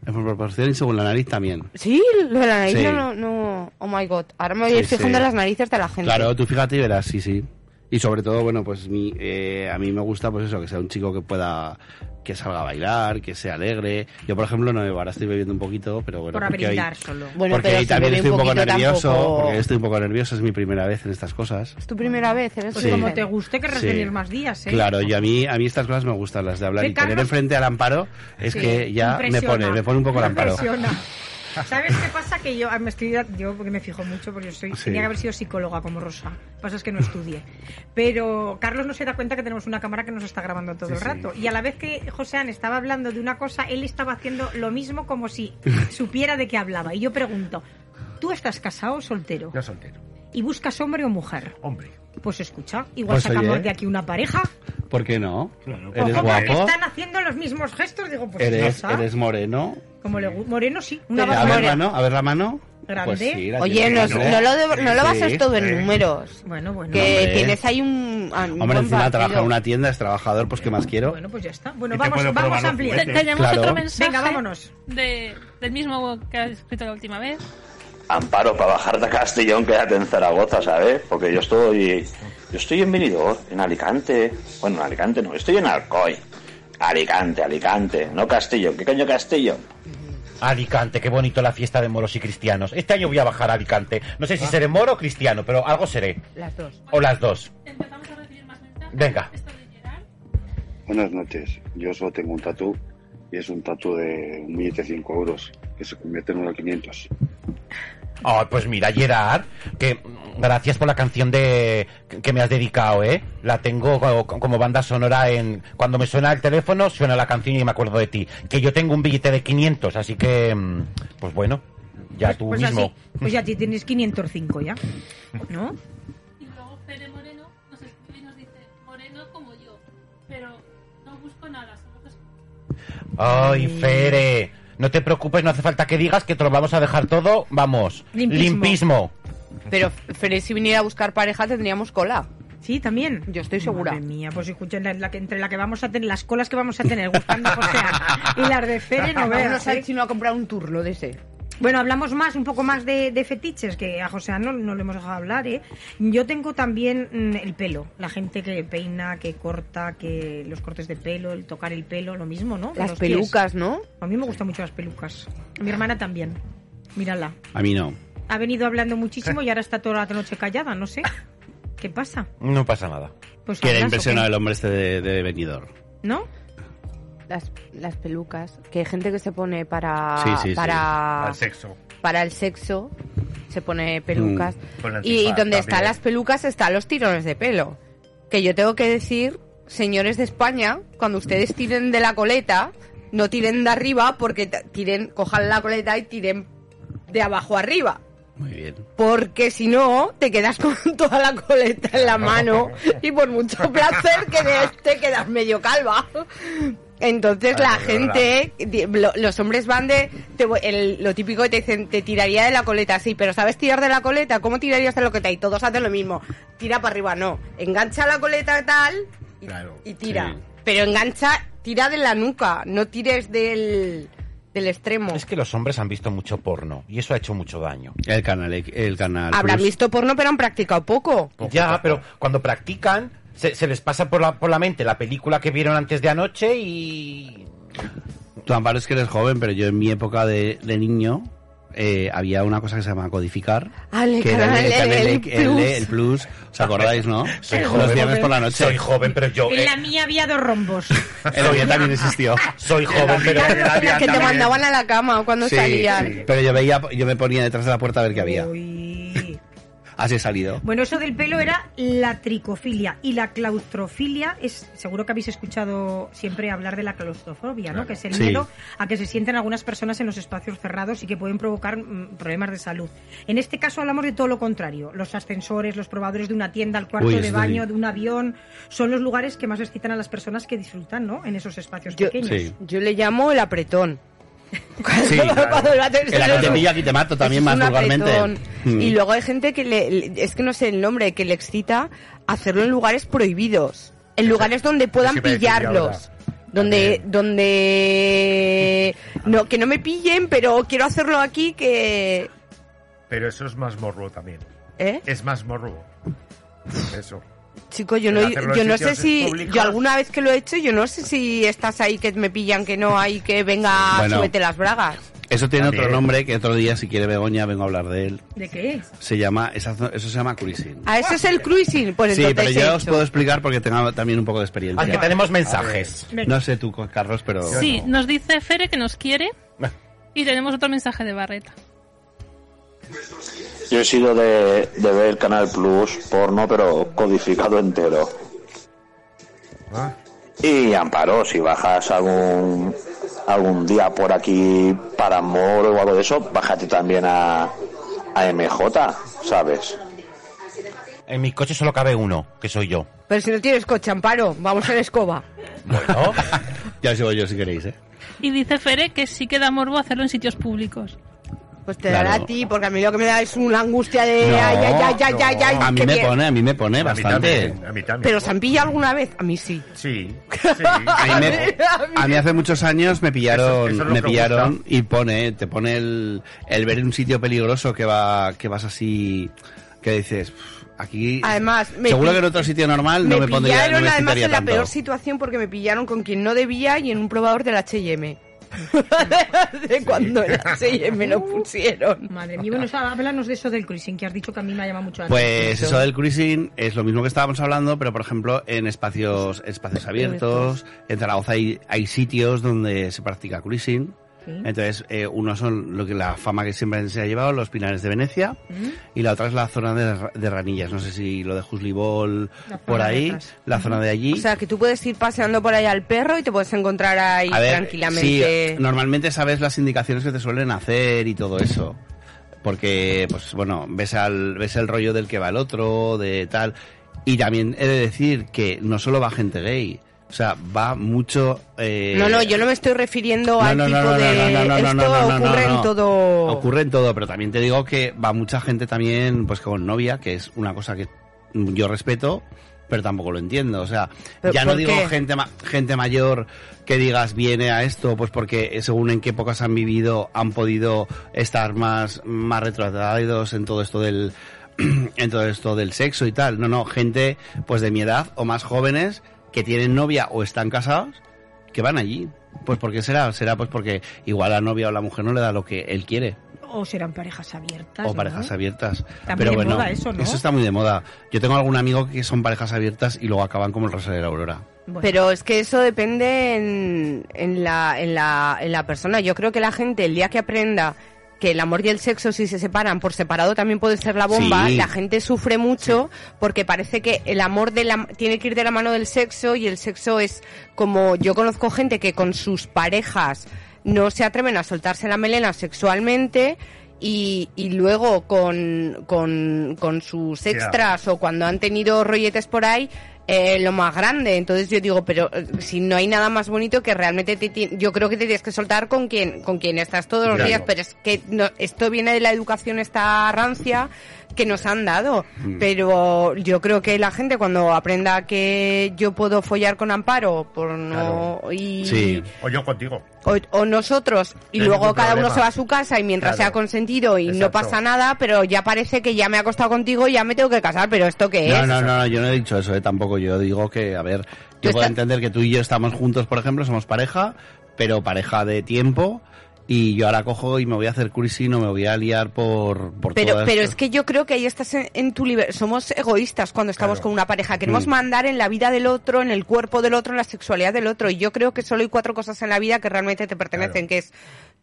J: en proporción y según la nariz también.
H: Sí, lo de la nariz
J: Sí.
H: no, no. Oh my god. Ahora me voy a ir
J: Sí,
H: fijando
J: sí.
H: en las narices de la gente.
J: Claro, tú fíjate y verás, sí, sí. Y sobre todo, bueno, pues mi, eh, a mí me gusta pues eso, que sea un chico que pueda, que salga a bailar, que sea alegre. Yo, por ejemplo, no bebo, ahora estoy bebiendo un poquito, pero bueno.
G: Por
J: porque hoy-
G: habilitar solo.
H: Bueno,
J: porque
H: pero
J: hoy
H: si
J: también
H: bebe
J: estoy
H: un
J: un poco
H: poquito
J: nervioso,
H: tampoco-
J: porque estoy un poco nervioso, es mi primera vez en estas cosas.
H: Es tu primera vez, eres
J: Sí.
H: joven.
G: Como te guste, querrás
J: Sí.
G: venir más días, ¿eh?
J: Claro, y a mí, a mí estas cosas me gustan, las de hablar.
G: Sí,
J: y tener
G: Carlos-
J: enfrente al amparo es
G: Sí,
J: que ya me
G: impresiona.
J: pone, me pone un poco el amparo.
G: Impresiona. ¿Sabes qué pasa? Que yo ah, me estoy, yo porque me fijo mucho, porque yo soy,
J: Sí.
G: tenía que haber sido psicóloga como Rosa. Lo que pasa es que no estudié. Pero Carlos no se da cuenta que tenemos una cámara que nos está grabando todo
J: Sí,
G: el
J: sí.
G: rato. Y a la vez que Josean estaba hablando de una cosa, él estaba haciendo lo mismo como si supiera de qué hablaba. Y yo pregunto, ¿tú estás casado o soltero?
I: Yo soltero.
G: ¿Y buscas hombre o mujer?
I: Hombre.
G: Pues escucha, igual
J: Pues oye.
G: sacamos de aquí una pareja.
J: ¿Por qué no? Eres
G: Ojo, porque
J: guapo,
G: están haciendo los mismos gestos. Digo, pues
J: eres,
G: Rosa,
J: eres moreno.
G: como le gu- Moreno sí, una
J: A
G: barba
J: ver,
G: morena.
J: mano, a ver la mano.
G: grande.
J: Pues sí, la
H: Oye,
J: tiene
H: no,
J: grande.
H: no lo, de- no lo
J: Sí,
H: bases todo en
J: sí.
H: números.
G: Bueno, bueno.
H: Que
J: Hombre.
H: tienes ahí un. ah, un
J: Hombre,
H: buen
J: encima
H: partido.
J: trabaja en una tienda, es trabajador, pues ¿qué más quiero?
G: Bueno, pues ya está. Bueno,
J: Y te
G: vamos,
J: puedo probar
G: vamos a
J: los
G: ampliar.
J: juguetes. Tenemos Claro. otro
F: mensaje.
G: Venga, vámonos.
F: De, del mismo que has escrito la última vez.
P: Amparo, para bajar de Castellón quédate en Zaragoza, ¿sabes? Porque yo estoy... Yo estoy en Benidorm, en Alicante. Bueno, en Alicante no, estoy en Alcoy. Alicante, Alicante, no Castellón. ¿Qué coño Castellón?
D: Alicante, qué bonito la fiesta de moros y cristianos. Este año voy a bajar a Alicante. No sé si seré moro o cristiano, pero algo seré.
H: Las dos.
D: O las dos. Venga.
Q: Buenas noches. Yo solo tengo un tatú y es un tatú de un billete de 5 euros que se convierte en uno de 500.
D: Ay, pues mira, Gerard, que mm, gracias por la canción de que- que me has dedicado, ¿eh? La tengo co- co- como banda sonora en... Cuando me suena el teléfono, suena la canción y me acuerdo de ti. Que yo tengo un billete de 500, así que... mm, Pues bueno, ya tú
G: Pues
D: mismo.
G: así, pues ya ti- tienes 505 ya. ¿No?
F: Y luego Pere Moreno nos escribe y nos dice, Moreno como yo, pero no busco nada, solo busco
D: Ay, Fere, no te preocupes, no hace falta que digas que te lo vamos a dejar todo, vamos,
H: Limpismo.
D: limpismo.
H: Pero, Fere, si viniera a buscar pareja, tendríamos cola.
G: Sí, también.
H: Yo estoy segura.
G: Madre mía, pues escuchen, la, la que- entre la que vamos a tener, las colas que vamos a tener buscando Josean y las de Fere, no
H: Vámonos
G: veas.
H: al
G: ¿eh?
H: chino a comprar un turno de ese.
G: Bueno, hablamos más, un poco más de, de fetiches, que a José no, no le hemos dejado hablar, ¿eh? Yo tengo también mm, el pelo, la gente que peina, que corta, que los cortes de pelo, el tocar el pelo, lo mismo, ¿no?
H: Las
G: Los pies.
H: pelucas, ¿no?
G: A mí me gustan mucho las pelucas. Mi hermana también. Mírala.
J: A mí no.
G: Ha venido hablando muchísimo y ahora está toda la noche callada, no sé. ¿Qué pasa?
D: No pasa nada.
G: Pues
J: que era
G: hablas,
J: impresionado
G: ¿o
J: el hombre este de, de Benidorm.
G: ¿No?
I: Ah.
H: Las, las pelucas. Que hay gente que se pone para.
J: Sí, sí, sí.
H: para
I: Al sexo.
H: para el sexo se pone pelucas
I: Mm, con la antifaz
H: y, donde
I: también.
H: están las pelucas están los tirones de pelo que yo tengo que decir señores de España cuando ustedes tiren de la coleta no tiren de arriba porque t- tiren cojan la coleta y tiren de abajo arriba
J: Muy bien.
H: porque si no te quedas con toda la coleta en la mano y por mucho placer que des, te quedas medio calva entonces la
R: Claro, es
H: gente, di- lo- los hombres van de, te voy- el- lo típico que te dicen, te tiraría de la coleta, sí, pero ¿sabes tirar de la coleta? ¿Cómo tirarías de la coleta? Y todos hacen lo mismo, tira para arriba, no, engancha la coleta tal y, y tira, pero engancha Tira de la nuca, no tires del, del extremo.
D: Es que los hombres han visto mucho porno y eso ha hecho mucho daño.
J: El canal, el canal.
H: Habrán
J: Plus.
H: visto porno, pero han practicado poco.
D: Ya, pero cuando practican, se, se les pasa por la, por la mente la película que vieron antes de anoche y.
J: Tú, Amparo, es que eres joven, pero yo en mi época de, de niño eh, había una cosa que se llamaba codificar.
H: Ah, el
J: que
H: canal, el
J: el,
H: plus.
J: el plus. ¿Os acordáis, no?
D: Soy
J: Los
D: joven,
J: viernes por la noche.
D: soy joven, pero yo. eh,
G: En la mía había dos rombos.
J: El Oviedo también existió.
D: Soy joven, pero.
H: Las que te mandaban a la cama cuando
J: Sí,
H: salían.
J: Pero yo veía, yo me ponía detrás de la puerta a ver qué había. Así he salido.
G: Bueno, eso del pelo era la tricofilia y la claustrofilia es, seguro que habéis escuchado siempre hablar de la claustrofobia, ¿no? Que es el
R: Sí.
G: miedo a que se sienten algunas personas en los espacios cerrados y que pueden provocar mm, problemas de salud. En este caso hablamos de todo lo contrario, los ascensores, los probadores de una tienda, el cuarto
H: Uy,
G: de
H: eso
G: baño,
H: sí.
G: de un avión, son los lugares que más excitan a las personas que disfrutan, ¿no? En esos espacios
H: Yo,
G: pequeños.
H: yo le llamo el apretón.
J: Sí, claro.
H: Cuando la tensión
J: En la que te
H: es-
J: pilla aquí te mato también
H: es
J: más
H: un
J: vulgarmente.
H: apretón.
J: Mm.
H: Y luego hay gente que le, le- es que no sé el nombre, que le excita hacerlo en lugares prohibidos, en lugares donde puedan
R: que iba a decir yo
H: pillarlos. Donde, donde, no, que no me pillen, pero quiero hacerlo aquí que,
I: Pero eso es más morbo también.
H: ¿Eh?
I: Es más morbo. Eso.
H: Chico, yo no,
I: Pero hacerlo en
H: yo no sé
I: sitios
H: si,
I: públicos.
H: yo alguna vez que lo he hecho, yo no sé si estás ahí que me pillan, que no hay, que venga,
J: Bueno.
H: súbete las bragas.
J: Eso tiene otro
H: También.
J: nombre que otro día, si quiere Begoña, vengo a hablar de él.
G: ¿De qué es?
J: Se llama, esa zo- eso se llama cruising.
H: Ah, eso es el cruising, pues
J: sí, pero
H: entonces
J: yo
H: he
J: os
H: hecho.
J: puedo explicar porque tengo también un poco de experiencia. Ah,
D: Aquí tenemos mensajes.
J: No sé tú, Carlos, pero...
F: Sí, nos dice Fere que nos quiere.
J: Ah.
F: Y tenemos otro mensaje de Barreta.
P: Yo he sido de, de ver Canal Plus porno, pero codificado entero. Y Amparo, si bajas algún algún día por aquí para Amor o algo de eso, bájate también a, a MJ, ¿sabes?
D: En mi coche solo cabe uno, que soy yo.
H: Pero si no tienes coche, Amparo, vamos en escoba.
J: Ya sigo yo si queréis, ¿eh?
F: Y dice Fere que sí que da morbo hacerlo en sitios públicos.
H: Pues te dará a ti, porque a mí lo que me da es una angustia de...
J: No,
H: Eh, ay, ay, ay, ay, ay, ay,
J: a mí
H: qué
J: me
H: bien.
J: pone, a mí me pone bastante.
I: también, a mí también.
H: ¿Pero se han pillado alguna vez? A mí sí.
I: Sí.
J: A mí, me- a mí hace muchos años me pillaron,
I: Eso- eso es lo
J: me
I: que
J: pillaron y pone, te pone el, el ver un sitio peligroso que va, que vas así, que dices, "Uf, aquí.
H: Además, Ah, me
J: seguro
H: pi-
J: que en otro sitio normal no me, pondría, no
H: pillaron
J: me
H: además
J: excitaría
H: en la
J: tanto.
H: peor situación porque me pillaron con quien no debía y en un probador del H&M. de cuando el H&M lo pusieron.
G: Madre mía, bueno, o sea, háblanos de eso del cruising, que has dicho que a mí me llama mucho la
J: Pues eso del cruising es lo mismo que estábamos hablando, pero por ejemplo en espacios espacios abiertos, en Zaragoza hay, hay sitios donde se practica cruising.
R: Sí.
J: Entonces, eh, uno son lo que la fama que siempre se ha llevado, los pinares de Venecia, y la otra es la zona de, Ra- de Ranillas. No sé si lo de Huslibol
H: La
J: por
H: zona de
J: ahí,
H: atrás.
J: la zona de allí.
H: O sea, que tú puedes ir paseando por ahí al perro y te puedes encontrar ahí
J: A ver,
H: tranquilamente.
J: sí, normalmente sabes las indicaciones que te suelen hacer y todo eso. Porque, pues bueno, ves, al, ves el rollo del que va el otro, de tal. Y también he de decir que no solo va gente gay, o sea, va mucho... eh,
H: No, no, yo no me estoy
J: no,
H: refiriendo al
J: no,
H: tipo
J: no, no,
H: de...
J: no, no, no,
H: Esto
J: no, no, no, no,
H: ocurre
J: no.
H: en todo...
J: Ocurre en todo, pero también te digo que va mucha gente también, pues con novia, que es una cosa que yo respeto, pero tampoco lo entiendo. O sea,
H: ¿Pero
J: ya no
H: por
J: digo
H: qué?
J: gente ma- gente mayor que digas viene a esto, pues porque eh, según en qué épocas han vivido, han podido estar más, más retratados en todo esto del en todo esto del sexo y tal. No, no, gente pues de mi edad o más jóvenes que tienen novia o están casados que van allí. Pues porque será, será pues porque igual la novia o la mujer no le da lo que él quiere
G: O serán parejas abiertas.
J: o parejas
G: ¿no?
J: abiertas.
G: Está muy
J: Pero
G: de
J: bueno,
G: moda eso, ¿no?
J: está muy de moda. Yo tengo algún amigo que son parejas abiertas y luego acaban como el Rosario de la Aurora.
H: Pero es que eso depende en, en la, en, la, en la persona. Yo creo que la gente, el día que aprenda que el amor y el sexo, si se separan por separado, también puede ser la bomba,
R: Sí.
H: la gente sufre mucho porque parece que el amor de la, tiene que ir de la mano del sexo y el sexo es como yo conozco gente que con sus parejas no se atreven a soltarse la melena sexualmente. Y, y luego con, con, con sus
R: Ya.
H: extras o cuando han tenido rolletes por ahí, eh, lo más grande. Entonces yo digo, pero eh, si no hay nada más bonito que realmente te ti- yo creo que te tienes que soltar con quien con quien estás todos los
R: Claro.
H: días, pero es que no- esto viene de la educación esta rancia que nos han dado,
R: Mm.
H: pero yo creo que la gente cuando aprenda que yo puedo follar con Amparo por no y
I: O yo contigo.
H: o, o nosotros y
I: No hay
H: luego
I: ningún
H: cada uno
I: problema.
H: se va a su casa y mientras
I: Claro.
H: sea consentido y no
I: Exacto.
H: pasa nada, pero ya parece que ya me he acostado contigo y ya me tengo que casar, pero esto qué
J: No,
H: es?
J: no, no, no, yo no he dicho eso, eh, tampoco. Yo digo que, a ver, yo puedo entender que tú y yo estamos juntos, por ejemplo, somos pareja, pero pareja de tiempo, y yo ahora cojo y me voy a hacer cursi, no me voy a liar por, por
H: Pero,
J: todas
H: pero
J: estas-
H: es que yo creo que ahí estás en, en tu libertad. Somos egoístas cuando estamos con una pareja. Queremos
J: Mm.
H: mandar en la vida del otro, en el cuerpo del otro, en la sexualidad del otro. Y yo creo que solo hay cuatro cosas en la vida que realmente te pertenecen, que es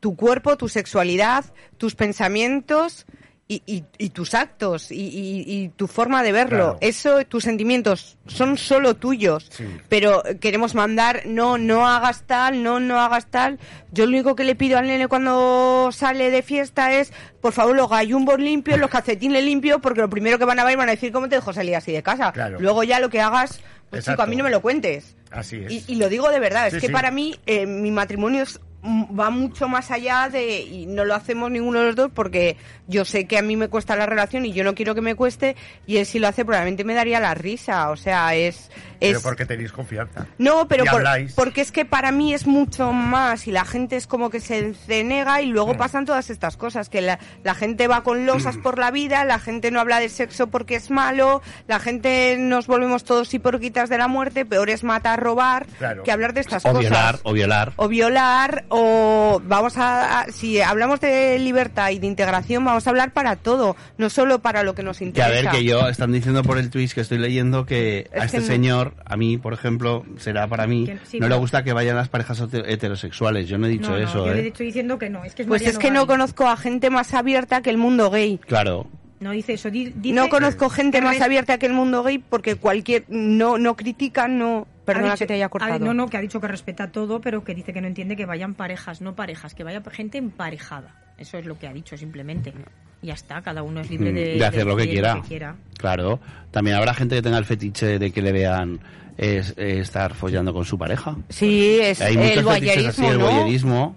H: tu cuerpo, tu sexualidad, tus pensamientos y, y- y tus actos y, y- y tu forma de verlo.
R: Claro.
H: Eso, tus sentimientos son solo tuyos. Pero queremos mandar, no, no hagas tal, no, no hagas tal. Yo lo único que le pido al nene cuando sale de fiesta es, por favor, los gallumbos limpios, los calcetines limpios, porque lo primero que van a ver van a decir, ¿cómo te dejo salir así de casa? Luego ya lo que hagas, pues
I: Exacto.
H: chico, a mí no me lo cuentes.
I: Así es.
H: Y, y lo digo de verdad, es
I: Sí,
H: que
I: sí.
H: para mí eh, mi matrimonio es- m- va mucho más allá de... Y no lo hacemos ninguno de los dos porque yo sé que a mí me cuesta la relación y yo no quiero que me cueste y él si lo hace probablemente me daría la risa. O sea, es... es
I: Pero porque tenéis confianza.
H: no, pero
I: Y
H: por-
I: habláis.
H: porque es que para mí es mucho más y la gente es como que se cenega y luego pasan todas estas cosas, que la, la gente va con losas por la vida, la gente no habla de sexo porque es malo, la gente nos volvemos todos hiporquitas de la muerte, peor es matar, robar,
J: Claro.
H: que hablar de estas
J: O
H: cosas
J: violar, o violar.
H: o violar o vamos a, a- si hablamos de libertad y de integración vamos a hablar para todo, no solo para lo que nos
J: Que a
H: interesa.
J: ver, que yo, están diciendo por el twist que estoy leyendo que
H: Es
J: a este
H: que no-
J: señor, a mí, por ejemplo, será para mí,
G: Que- sí,
J: no le
G: pero-
J: gusta que vayan las parejas hete- heterosexuales. Yo no he dicho
G: no, no,
J: eso,
G: yo
J: ¿eh?
G: le estoy diciendo que no. Es que es
H: Pues es
G: Mariano
H: que no
G: Gay.
H: conozco a gente más abierta que el mundo gay.
J: Claro.
G: No dice eso. di- dice-
H: no conozco gente
G: que
H: más
G: res-
H: abierta que el mundo gay porque cualquier no no critican, no
G: ha
H: perdona
G: dicho-
H: que te haya cortado.
G: ha- no, no, que ha dicho que respeta todo, pero que dice que no entiende que vayan parejas, no parejas, que vaya gente emparejada. Eso es lo que ha dicho simplemente. Ya está, cada uno es libre
J: Mm,
G: de,
J: de hacer lo que
G: decidir
J: quiera. Claro. También habrá gente que tenga el fetiche de que le vean es- eh, estar follando con su pareja.
H: Sí, es
J: Hay
H: el
J: muchos fetiches así,
H: voyerismo,
J: el
H: ¿no?
J: voyerismo.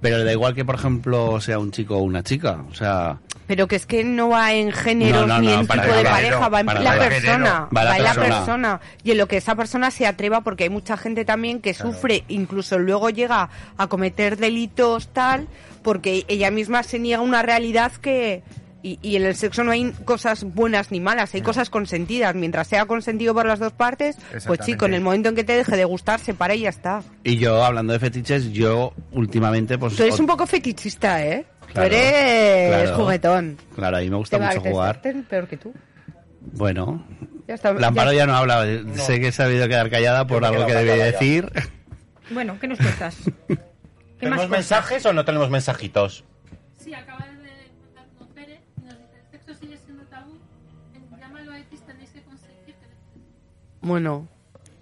J: Pero le da igual que, por ejemplo, sea un chico o una chica. O sea,
H: Pero que es que no va en género
J: No, no,
H: ni
J: no,
H: en tipo
J: para
H: de
J: nada.
H: pareja, va en
J: Para
H: la
J: nada.
H: persona,
J: Va la
H: va en la
J: persona.
H: persona y en lo que esa persona se atreva porque hay mucha gente también que sufre, incluso luego llega a cometer delitos tal porque ella misma se niega una realidad que y, y en el sexo no hay cosas buenas ni malas, hay cosas consentidas. Mientras sea consentido por las dos partes, pues
J: Exactamente.
H: chico, en el momento en que te deje de gustar, se para y ya está.
J: y yo, hablando de fetiches, yo últimamente, pues...
H: Tú eres
J: o-
H: un poco fetichista, ¿eh? Tú
J: Claro,
H: eres
J: claro.
H: juguetón.
J: Claro, a mí me gusta
H: Te va-
J: mucho
H: te-
J: jugar.
H: te- peor que tú.
J: Bueno,
H: Ya está-
J: la Amparo
H: ya-
J: ya no habla. Sé que se ha debido quedar callada por algo que debía
D: callada ya.
J: decir.
G: Bueno, ¿qué nos cuentas? ¿Qué más
D: ¿Tenemos
G: cosas?
D: mensajes o no tenemos mensajitos?
F: Sí, acaba de mandar uno Pérez y nos dice, el sexo sigue siendo tabú, en Llámalo a X tenéis que conseguir que
H: Bueno.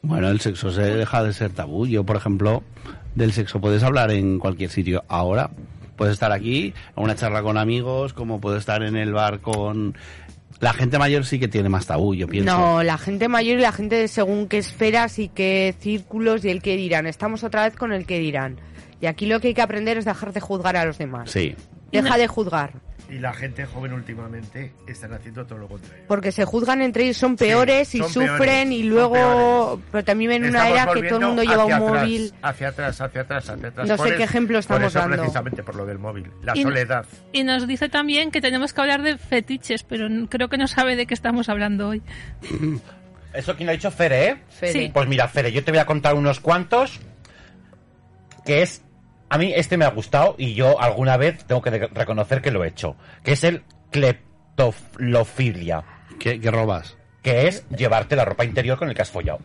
J: Bueno, el sexo se deja de ser tabú. Yo, por ejemplo, del sexo puedes hablar en cualquier sitio. Ahora puedes estar aquí, en una charla con amigos, como puedo estar en el bar con... La gente mayor sí que tiene más tabú, yo pienso.
H: No, la gente mayor y la gente de según qué esferas y qué círculos y el que dirán. Estamos otra vez con el que dirán. Y aquí lo que hay que aprender es dejar de juzgar a los demás.
J: Sí.
H: Deja de juzgar.
I: Y la gente joven últimamente están haciendo todo lo contrario.
H: Porque se juzgan entre ellos, son peores y
I: son
H: sufren
I: peores,
H: y
I: son
H: luego... Pero también en una
I: Estamos
H: era que todo el
I: volviendo
H: mundo lleva un
I: hacia atrás,
H: móvil.
I: Hacia atrás, hacia atrás, hacia atrás.
H: No sé
I: Por
H: qué ejemplo
I: por
H: estamos
I: eso
H: dando.
I: precisamente por lo del móvil. La
F: Y-
I: soledad.
F: Y nos dice también que tenemos que hablar de fetiches, pero n- creo que no sabe de qué estamos hablando hoy.
D: Eso quien lo ha dicho Fere, ¿eh?
F: Fere. Sí.
D: Pues mira, Fere, yo te voy a contar unos cuantos que es... A mí este me ha gustado y yo alguna vez tengo que de- reconocer que lo he hecho. Que es el cleptofilia.
J: ¿Qué, robas?
D: Que es llevarte la ropa interior con el que has follado.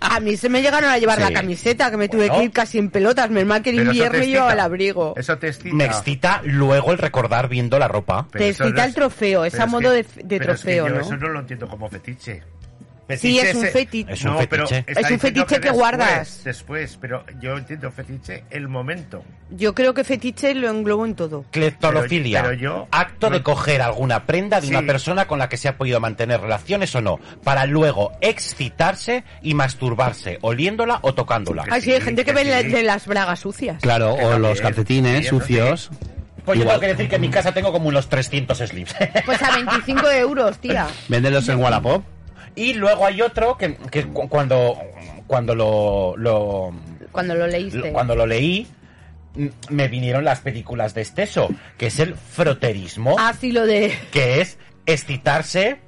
H: A mí se me llegaron a llevar
D: Sí.
H: la camiseta, que me tuve
D: Bueno.
H: que ir casi en pelotas. Menos mal que era
D: Pero eso
H: invierno
D: te
H: y llevaba el
D: excita.
H: abrigo.
I: Eso te excita.
D: Me excita luego el recordar viendo la ropa.
H: Te excita el trofeo, es
I: pero
H: a
I: es
H: modo
I: que-
H: de- de
I: pero es que
H: trofeo,
I: yo
H: ¿no?
I: Eso no lo entiendo como fetiche.
H: Sí, es un
I: se-
H: fetiche. Es un
I: No, pero
H: fetiche.
I: está
H: Es un
I: diciendo
H: fetiche que
I: después,
H: guardas.
I: Después, pero yo entiendo fetiche el momento.
H: Yo creo que fetiche lo englobo en todo.
D: Cleptolofilia.
I: Pero- pero yo-
D: acto de coger alguna prenda de
I: Sí.
D: una persona con la que se ha podido mantener relaciones o no, para luego excitarse y masturbarse, oliéndola o tocándola.
H: Ay, Ah, sí, hay gente que ve la- de las bragas sucias.
J: Claro, o los calcetines
D: sí, eso
J: sucios.
D: Pues yo
J: Igual.
D: tengo que decir que en mi casa tengo como unos 300 slips.
H: Pues a 25 euros, tía.
J: Véndelos en Wallapop.
D: y luego hay otro que, que cu- cuando, cuando lo- lo
H: Cuando lo leíste.
D: Lo- cuando lo leí m- me vinieron las películas de exceso, que es el froterismo,
H: Así Ah, lo de.
D: que es excitarse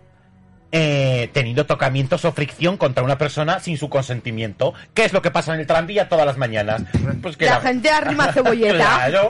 D: eh, teniendo tocamientos o fricción contra una persona sin su consentimiento. ¿Qué es lo que pasa en el tranvía todas las mañanas? Pues que
H: La gente arrima cebolleta.
D: Claro.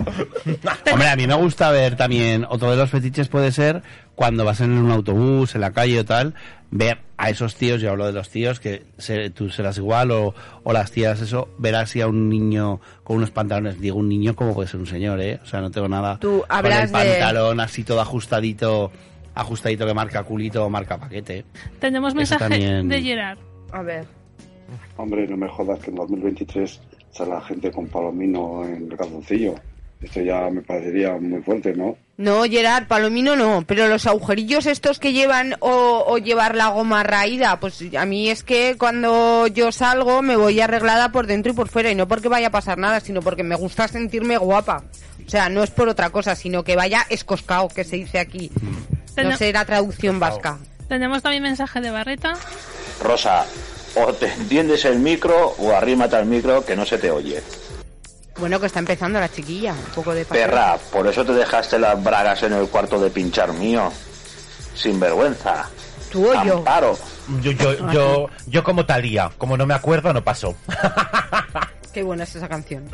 J: Hombre, a mí me gusta ver también, otro de los fetiches puede ser cuando vas en un autobús, en la calle o tal, ver a esos tíos, yo hablo de los tíos, que se- tú serás igual o, o las tías, eso, ver así a un niño con unos pantalones, digo un niño como puede ser un señor, ¿eh? O sea, no tengo nada.
H: Tú hablas
J: con el
H: de-
J: pantalón así todo ajustadito, ajustadito que marca culito o marca paquete.
F: Tenemos
J: Eso
F: mensaje
J: también.
F: de Gerard.
H: A ver.
Q: Hombre, no me jodas que en 2023 sale la gente con palomino en el calzoncillo. Esto ya me parecería muy fuerte, ¿no?
H: No, Gerard, Palomino no, pero los agujerillos estos que llevan o, o llevar la goma raída, pues a mí es que cuando yo salgo me voy arreglada por dentro y por fuera, y no porque vaya a pasar nada, sino porque me gusta sentirme guapa. O sea, no es por otra cosa, sino que vaya escoscao, que se dice aquí. No
F: Pero-
H: sé la traducción vasca.
F: Tenemos también mensaje de Barreta.
P: Rosa, o te entiendes el micro o arrímate al micro que no se te oye.
H: Bueno, que está empezando la chiquilla, un poco de paseo.
P: Perra, por eso te dejaste las bragas en el cuarto de pinchar mío. Sin vergüenza.
H: Tú o yo. Ah,
P: Amparo.
D: Yo, yo, yo, yo como talía, como no me acuerdo, no pasó.
H: Qué buena es esa canción.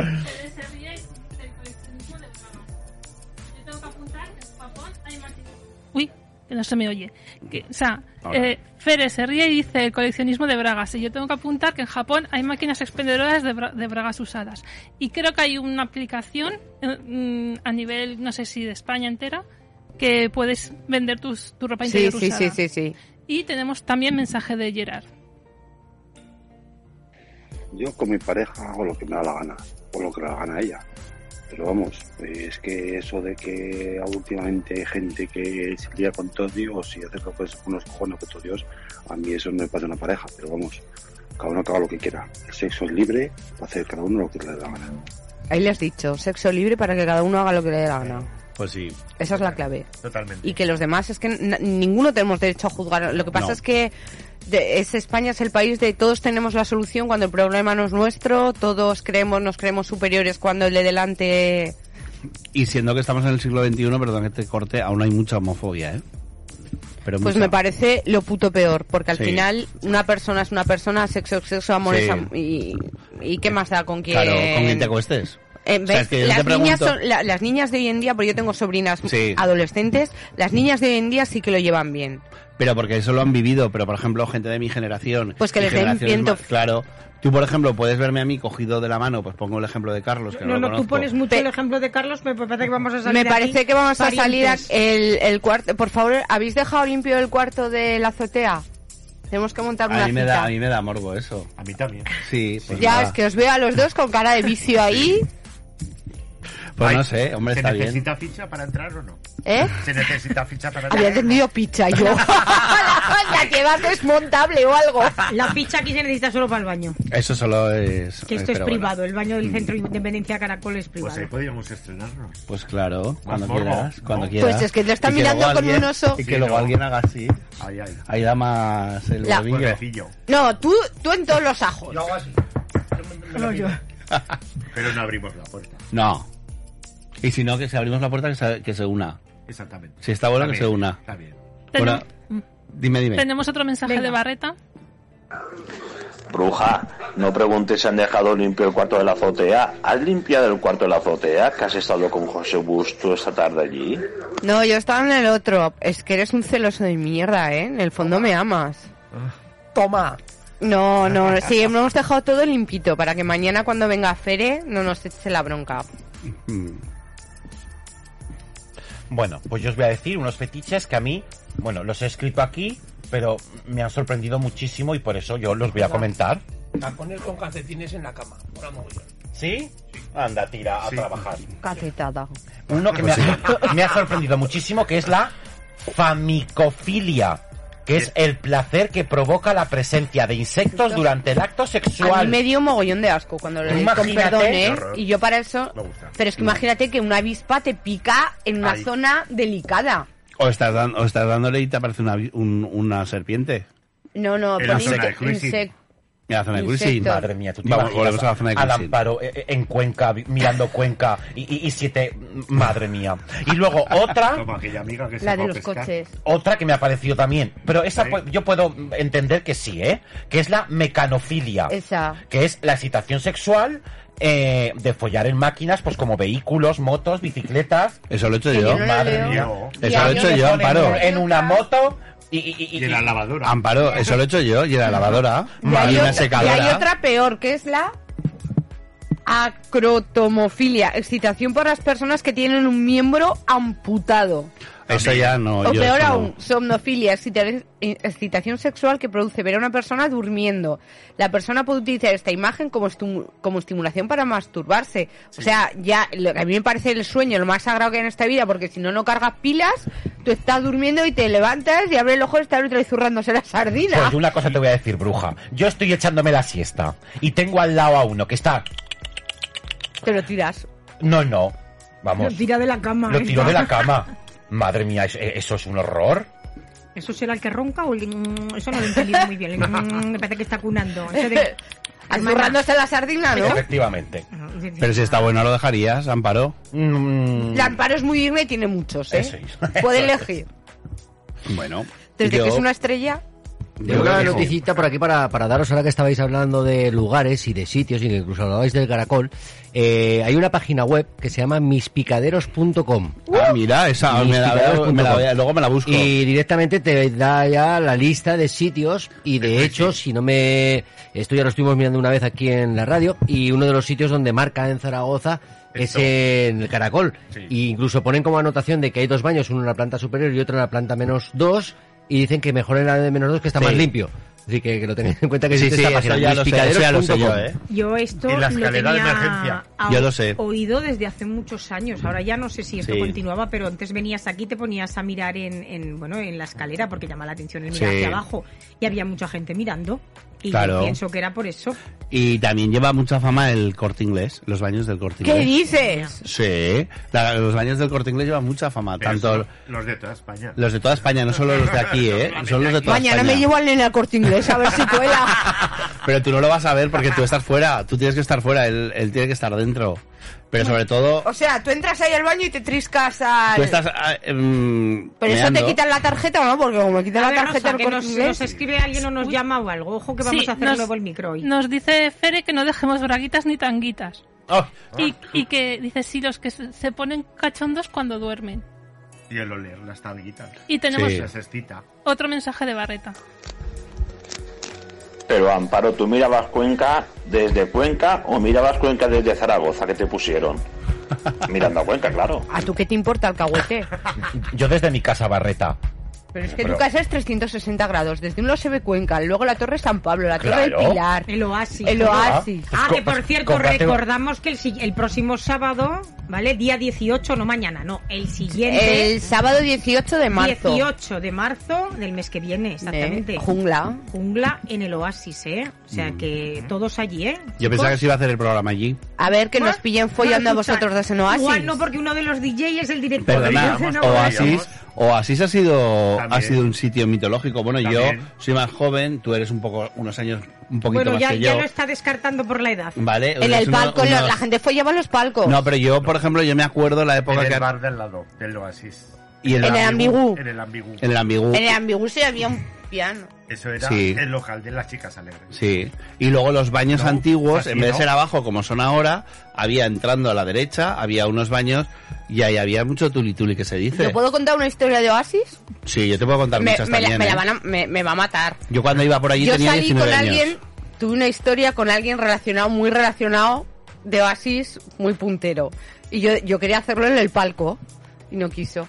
F: Uy, que no se me oye. Que- o sea,
R: Ahora.
F: eh, Fere se ríe y dice el coleccionismo de bragas. Y yo tengo que apuntar que en Japón hay máquinas expendedoras de, bra- de bragas usadas. Y creo que hay una aplicación eh, mm, a nivel, no sé si de España entera, que puedes vender tus, tu ropa
H: Sí,
F: interior
H: sí,
F: usada.
H: sí, sí, sí.
F: Y tenemos también mensaje de Gerard.
Q: Yo con mi pareja hago lo que me da la gana, o lo que le da la gana a ella. Pero vamos, eh, es que eso de que últimamente hay gente que se lía con todo Dios y hace lo que es unos cojones con todo Dios, a mí eso no me pasa una pareja, pero vamos, cada uno que haga lo que quiera. El sexo es libre, va a hacer cada uno lo que le da la gana.
H: Ahí le has dicho, sexo libre para que cada uno haga lo que le dé la gana.
J: Pues sí.
H: Esa es la clave.
I: Totalmente.
H: y que los demás es que n- ninguno tenemos derecho a juzgar. Lo que pasa
J: No.
H: es que de- es España es el país de todos tenemos la solución cuando el problema no es nuestro, todos creemos, nos creemos superiores cuando el de delante.
J: Y siendo que estamos en el siglo XXI, perdón que te corte, aún hay mucha homofobia, ¿eh? Pero
H: Pues
J: mucha.
H: me parece lo puto peor, porque al
J: Sí.
H: final una persona es una persona, sexo es sexo, amor
J: Sí.
H: es amor. Y, y qué más da con que.
J: Claro, con quien te acuestes.
H: Eh,
J: O
H: ¿ves?
J: sea, es que yo
H: las,
J: te
H: niñas
J: pregunto-
H: son- la- las niñas de hoy en día, porque yo tengo sobrinas
J: Sí.
H: adolescentes, las niñas de hoy en día sí que lo llevan bien.
J: Pero porque eso lo han vivido, pero por ejemplo, gente de mi generación.
H: Pues que
J: y
H: les den
J: generaciones
H: viento.
J: más- Claro. Tú, por ejemplo, puedes verme a mí cogido de la mano, pues pongo el ejemplo de Carlos, que no,
G: No,
J: lo
G: no,
J: conozco.
G: tú pones mucho el ejemplo de Carlos, me parece que vamos a salir.
H: Me
G: de aquí
H: parece que vamos a salir a-
G: parientes.
H: el, el cuarto. Por favor, ¿habéis dejado limpio el cuarto de la azotea? Tenemos que montar una
J: A mí, me da,
H: cita.
J: a mí me da morbo eso. A mí también. Sí, pues
H: Ya
J: nada.
H: es que os veo a los dos con cara de vicio ahí,
J: Pues no sé, hombre,
I: ¿Se
J: está bien.
I: necesita ficha para entrar o no?
H: ¿eh?
I: ¿Se necesita ficha para entrar?
H: Había tenido picha yo. la que vas desmontable o algo.
G: La picha aquí se necesita solo para el baño.
J: Eso solo es. eh,
G: Que esto
J: pero bueno.
G: es
J: Mm.
G: privado, el baño del Centro de Independencia Caracol es privado.
I: Pues ahí podíamos estrenarnos.
J: Pues claro, cuando
I: morbo,
J: quieras, cuando
I: ¿no?
J: quieras.
I: Pues es que te está
J: Y
H: mirando
J: luego
H: con
J: alguien-
H: un oso.
J: Y que
H: Sí,
J: luego
H: no.
J: alguien haga así.
I: Ay, ay.
J: Ahí da más el
H: La-
J: bordillo.
H: No, tú, tú en todos los ajos.
I: Pero no abrimos la puerta.
J: No. Y si no, que si abrimos la puerta, que se, que se una.
I: Exactamente.
J: Si está bueno,
I: Está
J: que se
I: bien,
J: una.
I: está bien.
J: Bueno, dime, dime.
F: Tenemos otro mensaje de Barreta.
P: Bruja, no preguntes si han dejado limpio el cuarto de la azotea. ¿Has limpiado el cuarto de la azotea? ¿Que has estado con José Busto esta tarde allí?
H: No, yo estaba en el otro. Es que eres un celoso de mierda, ¿eh? En el fondo me amas. Toma. No, no, sí, hemos dejado todo limpito para que mañana cuando venga Fere no nos eche la bronca.
D: Mm. Bueno, pues yo os voy a decir unos fetiches que a mí, bueno, los he escrito aquí pero me han sorprendido muchísimo y por eso yo los voy a comentar.
R: Tacones con calcetines en la cama. Ahora mogollón.
D: ¿Sí? Anda, tira a trabajar.
H: Cacetada.
D: Uno
H: Pues
D: que me ha, me ha sorprendido muchísimo, que es la famicofilia, que es el placer que provoca la presencia de insectos durante el acto
H: A mí
D: sexual.
H: me dio mogollón de asco cuando lo leí, con
D: Imagínate.
H: perdón, ¿eh?
D: Qué horror.
H: Y yo para eso...
J: Me gusta.
H: Pero es que imagínate que una avispa te pica en una
J: Ay.
H: zona delicada.
J: O estás, dan- o estás dándole y te aparece una, vi- un- una serpiente.
H: No, no,
J: En
H: pero
J: la zona de cruising.
H: insecto.
J: En la zona de cruising.
D: Madre mía, tú te
J: Vamos,
D: imaginas
J: volvemos a la zona de
D: al
J: cruising.
D: amparo eh, eh, en Cuenca, vi- mirando Cuenca, y, y- y siete... Madre mía. Y luego otra...
I: Como aquella amiga que se
H: La
I: fue
H: de
I: a
H: los
I: pescar.
H: coches.
D: Otra que me ha parecido también, pero esa
H: Sí.
D: pu- yo puedo entender que sí, ¿eh? Que es la mecanofilia.
H: Esa.
D: que es la excitación sexual eh, de follar en máquinas, pues como vehículos, motos, bicicletas.
J: Eso lo he hecho yo.
D: Madre mía.
J: Eso lo he hecho yo,
D: Ponen
J: Amparo.
D: En una moto y,
J: la lavadora. Amparo, eso lo he hecho yo. Y en la lavadora.
H: Y hay
J: Y en la
H: otra- y hay
J: secadora.
H: otra peor, que es la acrotomofilia, excitación por las personas que tienen un miembro amputado.
J: Eso ya no.
H: o
J: yo
H: peor
J: eso no.
H: aún, somnofilia, excita- excitación sexual que produce ver a una persona durmiendo. La persona puede utilizar esta imagen como, estimu- como estimulación para masturbarse. O sea, ya lo que a mí me parece el sueño lo más sagrado que hay en esta vida, porque si no, no cargas pilas, tú estás durmiendo y te levantas y abres el ojo y está el otro ahí zurrándose la sardina.
D: Pues una cosa te voy a decir, bruja. Yo estoy echándome la siesta y tengo al lado a uno que está...
H: Te lo tiras.
D: No, no. Vamos.
G: Lo tira de la cama.
D: Lo
G: ¿eh?
D: tiro de la cama. Madre mía, eso- eso es un horror.
G: ¿Eso será el que ronca o el... mm, Eso no lo he entendido muy bien. El, mm, me parece que está cunando. Eso de- Hermana.
H: Zurrándose la
I: Ah,
H: sardina, ¿no?
D: Efectivamente.
J: Pero si está bueno, lo dejarías, Amparo.
H: La Amparo es muy digna y tiene muchos, ¿eh?
J: Mm. Eso
H: Puede elegir.
J: Bueno.
H: Desde
J: yo-
H: que es una estrella,
S: Tengo una noticita por aquí para, para daros ahora que estabais hablando de lugares y de sitios y que incluso hablabais del caracol. Eh, hay una página web que se llama mispicaderos.com.
J: Ah, mira, esa me la veo- me la veo- luego me la busco.
S: Y directamente te da ya la lista de sitios y de hecho, si no me... Esto ya lo estuvimos mirando una vez aquí en la radio y uno de los sitios donde marca en Zaragoza es en el Caracol. Y incluso ponen como anotación de que hay dos baños, uno en la planta superior y otro en la planta menos dos y dicen que mejor en la de menos dos que está
J: Sí.
S: más limpio. Así que, que lo tenéis en cuenta que
J: Sí,
S: existe
J: sí,
S: esta
J: eso
S: página.
J: ya lo sé, eso ya lo sé yo,
S: luispicaderos.com.
J: ¿eh?
G: Yo esto
J: Y la
G: lo
J: escalera de
G: tenía
J: emergencia.
G: a-
S: Ya lo sé.
G: oído desde hace muchos años. Ahora ya no sé si esto
J: Sí.
G: continuaba, pero antes venías aquí te ponías a mirar en, en, bueno en la escalera porque llama la atención el mirar
J: Sí.
G: hacia abajo y había mucha gente mirando y yo
J: Claro.
G: pienso que era por eso.
J: Y también lleva mucha fama el corte inglés, los baños del corte inglés.
H: dices?
J: Sí, la- los baños del corte inglés llevan mucha fama,
I: Pero
J: tanto
I: son Los de toda España.
J: los de toda España, no solo los de aquí, ¿eh? son los de toda
H: mañana
J: España.
H: me llevo al nene al corte inglés a ver si cuela.
J: Pero tú no lo vas a ver porque tú estás fuera, tú tienes que estar fuera, él, él tiene que estar dentro. Pero sobre todo,
H: O sea, tú entras ahí al baño y te triscas al.
J: tú estás... ah, em,
H: Pero eso te
J: meando.
H: quitan la tarjeta o no, porque como me quitan
G: A
H: la
G: ver,
H: tarjeta
G: Rosa,
H: al
G: que
H: corte
G: nos,
H: inglés.
G: nos escribe alguien o nos llama o algo. Ojo que vamos
F: Sí,
G: a hacer
F: nos-
G: nuevo el micro hoy.
F: Nos dice Fere que no dejemos braguitas ni tanguitas. Y, y que dice, sí, los que se se ponen cachondos cuando duermen.
I: Y el oler las tablitas.
F: Y tenemos- Sí.
I: La cestita.
F: Otro mensaje de Barreta.
P: Pero Amparo, ¿tú mirabas Cuenca desde Cuenca o mirabas Cuenca desde Zaragoza que te pusieron? Mirando a Cuenca, claro.
H: ¿A tú qué te importa, alcahuete?
D: Yo desde mi casa barreta.
H: Pero es que
D: Pero-
H: tu casa es 360 grados. Desde un lado se ve Cuenca, luego la Torre San Pablo, la Torre
D: Claro.
H: del Pilar.
G: El oasis.
H: El oasis.
J: Pues
G: Ah, que por cierto,
H: comparte-
G: recordamos que el, si- el próximo sábado, ¿vale? Día 18, no mañana, no, el siguiente.
H: El sábado 18 de marzo.
G: 18 de marzo del mes que viene, exactamente.
H: Eh, jungla.
G: Jungla en el oasis, ¿eh? O sea que todos allí, ¿eh?
J: Mm. Yo pensaba que se iba a hacer el programa allí.
H: A ver, que nos pillen follando a
G: Escucha,
H: vosotros dos en oasis.
G: Igual no, porque uno de los DJ es el director.
J: Perdona,
G: Entonces, no,
J: Oasis, Oasis ha sido ha
I: También.
J: sido un sitio mitológico. Bueno,
I: También.
J: yo soy más joven, tú eres un poco unos años un poquito
G: Bueno,
J: más
G: ya,
J: que
G: ya
J: yo.
G: lo está descartando por la edad.
J: Vale,
H: En
J: eres
H: el
J: uno-
H: palco,
J: unos-
H: la- la gente follaba en los palcos.
J: No, pero yo, por ejemplo, yo me acuerdo la época
I: En
J: que
I: el bar del lado, del oasis.
J: y
H: en el ambigú.
I: En el ambigú.
J: En el ambigú.
H: En el ambigú se había un piano.
I: Eso era
J: Sí.
I: el local de las chicas alegres.
J: Sí. Y luego los baños
I: No,
J: antiguos,
I: así
J: en vez
I: no.
J: de ser abajo como son ahora, había entrando a la derecha, había unos baños y ahí había mucho tuli tuli que se dice.
H: ¿Te puedo contar una historia de oasis?
J: Sí, yo te puedo contar
H: Me,
J: muchas
H: me la-
J: también.
H: me la
J: ¿eh?
H: van a- me- me va a matar.
J: Yo cuando iba por allí
H: Yo
J: tenía
H: salí
J: 19
H: con
J: años.
H: alguien, tuve una historia con alguien relacionado, muy relacionado, de Oasis, muy puntero. Y yo, yo quería hacerlo en el palco y no quiso.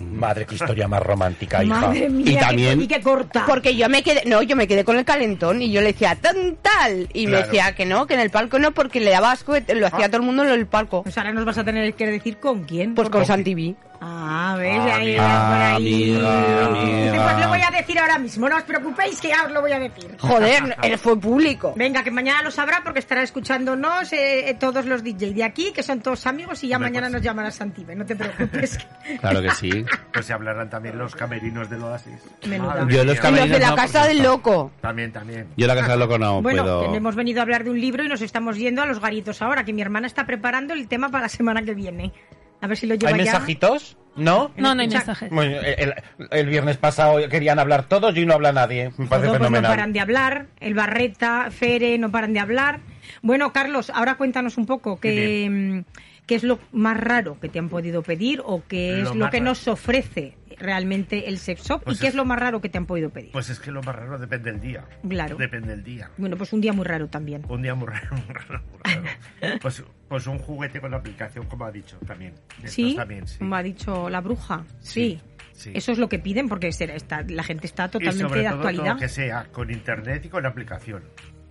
D: Madre, qué historia más romántica, hija.
H: Madre mía,
D: y también...
H: qué- corta. Porque yo me quedé, no, yo me quedé con el calentón y yo le decía tan tal y me
D: Claro.
H: decía que no, que en el palco no porque le daba asco, lo hacía todo el mundo en el palco.
G: Pues ahora nos vas a tener que decir con quién. Pues
H: con Santibi.
G: Ah, ves, ahí
J: Ah,
G: va por ahí.
J: amiga, amiga.
G: Pues lo voy a decir ahora mismo, no os preocupéis que ya os lo voy a decir.
H: Joder, él fue público.
G: Venga, que mañana lo sabrá porque estará escuchándonos eh, eh, todos los DJ de aquí, que son todos amigos, y ya mañana
J: pues
G: nos llamará Santibe, no te preocupes.
J: Claro que sí.
I: Pues se hablarán también los camerinos del Oasis.
G: Menuda.
I: Madre
J: Yo los
I: mía.
J: camerinos Y los de la no, por Casa del supuesto.
H: Loco.
I: También, también.
J: Yo la casa de loco no
G: bueno,
J: puedo.
G: que hemos venido a hablar de un libro y nos estamos yendo a los garitos ahora, que mi hermana está preparando el tema para la semana que viene. A ver si lo lleva
D: ¿Hay
G: ya.
D: mensajitos? ¿No?
G: No, no hay mensajes.
D: Bueno, el, el viernes pasado querían hablar todos y hoy no habla nadie. Me parece
G: Todos pues,
H: pues
G: no
D: fenomenal.
G: paran de hablar, el Barreta, Fere, no paran de hablar. Bueno, Carlos, ahora cuéntanos un poco qué, mm, qué es lo más raro que te han podido pedir o qué es
I: Lo
G: lo,
I: más
G: que
I: raro.
G: nos ofrece realmente el sex shop
I: Pues
G: y qué
I: es-
G: es lo más raro que te han podido pedir.
I: Pues es que lo más raro depende del día.
G: Claro.
I: Depende del día.
G: Bueno, pues un día muy raro también.
I: Un día muy raro, muy raro, muy raro. Pues, pues un juguete con la aplicación, como ha dicho, también. Estos
G: Sí,
I: también, sí.
G: como ha dicho la bruja. Sí.
I: Sí, sí.
G: Eso es lo que piden porque será- está- la gente está
I: y
G: totalmente
I: sobre
G: de
I: todo,
G: actualidad.
I: todo que sea con internet y con la aplicación.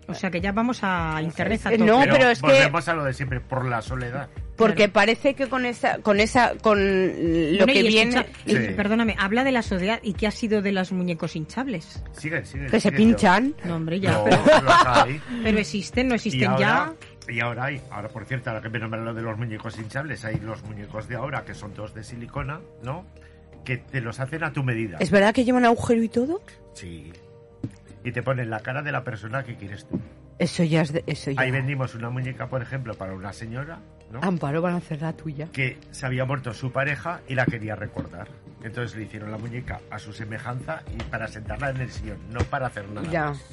G: O sea que ya vamos a internet a
H: Eh,
G: tope.
H: no, pero es que-
I: volvemos a lo de siempre, por la soledad.
H: Porque parece que con esa, con esa, con lo
G: Bueno,
H: que
G: y
H: viene,
G: escucha, y
I: Sí.
G: Perdóname, habla de la sociedad y qué ha sido de los muñecos hinchables.
I: Sigue, sigue.
H: que se
I: sigue.
H: pinchan.
G: No, hombre, ya.
I: No,
G: pero...
I: los hay.
G: pero existen, no existen
I: y ahora,
G: ya.
I: Y ahora hay, ahora por cierto, ahora que me nombran lo de los muñecos hinchables, hay los muñecos de ahora que son todos de silicona, ¿no? Que te los hacen a tu medida.
H: ¿Es verdad que llevan agujero y todo?
I: Sí. Y te ponen la cara de la persona que quieres tú.
H: Eso ya es de, eso ya.
I: Ahí vendimos una muñeca, por ejemplo, para una señora, ¿no?
G: Ah, pues.
H: Amparo van a hacer la tuya.
I: Que se había muerto su pareja y la quería recordar. Entonces le hicieron la muñeca a su semejanza y para sentarla en el sillón, no para hacer nada.
H: Ya.
I: más.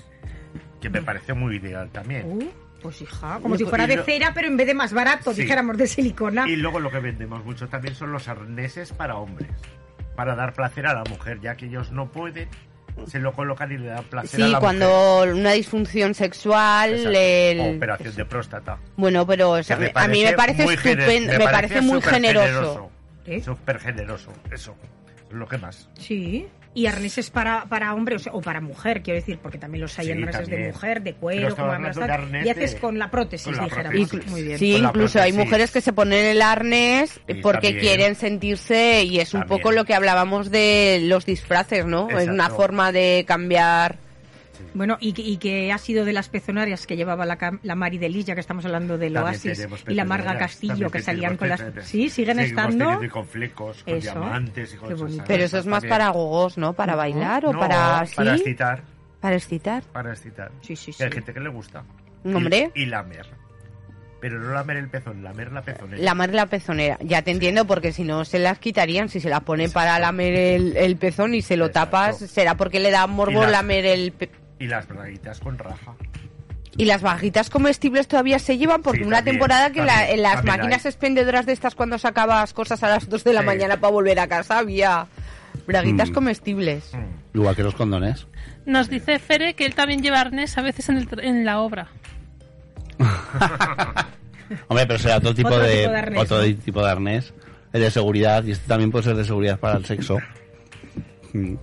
I: Que me pareció muy ideal también.
G: Uh, pues hija, como
I: Y
G: si
I: lo-
G: fuera
I: y
G: de
I: lo-
G: cera, pero en vez de más barato,
I: Sí.
G: dijéramos de silicona.
I: Y luego lo que vendemos mucho también son los arneses para hombres, para dar placer a la mujer, ya que ellos no pueden, se lo colocan y le dan placer a
H: Sí,
I: la mujer.
H: cuando una disfunción sexual,
I: Exacto.
H: el-
I: O operación de próstata.
H: bueno, pero o sea,
I: Que me
H: a mí me parece
I: muy gener-
H: estupendo, me, parece muy
I: súper
H: generoso. ¿Eh?
I: Súper generoso, eso. Es lo que más.
G: Sí. Y arneses para, para hombre o, sea, o para mujer, quiero decir, porque también los hay
I: Sí,
G: arneses de
I: también.
G: mujer, de
I: Pero
G: cuero,
I: estaba
G: como
I: hablando
G: hablas,
I: de
G: tal,
I: arnés
G: Y haces
I: de-
G: con la prótesis,
I: con la
G: dijéramos.
I: prótesis.
G: Muy bien.
H: Sí,
I: Con la
H: incluso hay
I: prótesis.
H: mujeres que se ponen el arnés
I: Sí,
H: porque
I: también.
H: quieren sentirse y es un
I: También.
H: poco lo que hablábamos de los disfraces, ¿no? Es una
G: Exacto.
H: forma de cambiar.
G: Bueno, y, que- y que ha sido de las pezonarias que llevaba la, cam- la Mari de Lis, ya que estamos hablando del
I: También
G: Oasis,
I: tenemos
G: y la Marga
I: pezoneras,
G: Castillo,
I: también
G: que
I: tenemos
G: salían con las...
I: pezoneras.
G: Sí, siguen
I: Seguimos
G: estando...
I: teniendo con flecos, con
G: Eso.
I: diamantes y con
G: Qué
I: esas
G: bonito.
I: cosas
H: Pero eso es más
I: también.
H: para gogos, ¿no? Para bailar o
I: No,
H: para así.
I: Para excitar.
H: Para excitar.
I: Para excitar.
G: Sí, sí,
I: Y hay
H: sí.
I: gente que le gusta.
H: No, hombre.
I: Y, y lamer. Pero no lamer el pezón, lamer la pezonera.
H: La mar la pezonera. Ya te entiendo, porque si no se las quitarían, si se las ponen para lamer el, el pezón y se lo tapas, será porque le da morbo
I: Y las-
H: lamer el... pe-
I: Y las braguitas con raja.
H: Y las bajitas comestibles todavía se llevan porque
I: Sí,
H: una
I: también,
H: temporada que la-
I: también,
H: en las
I: también hay.
H: máquinas expendedoras de estas cuando sacabas cosas a las 2 de la
J: Sí.
H: mañana para volver a casa había braguitas
J: Mm.
H: comestibles.
J: Igual que los condones.
F: Nos dice Fere que él también lleva arnés a veces en, el tra- en la obra.
J: Hombre, pero será otro tipo
F: Otro
J: de,
F: tipo de arnés,
J: otro
F: ¿no?
J: tipo de arnés. El de seguridad, y este también puede ser de seguridad para el sexo. Mm.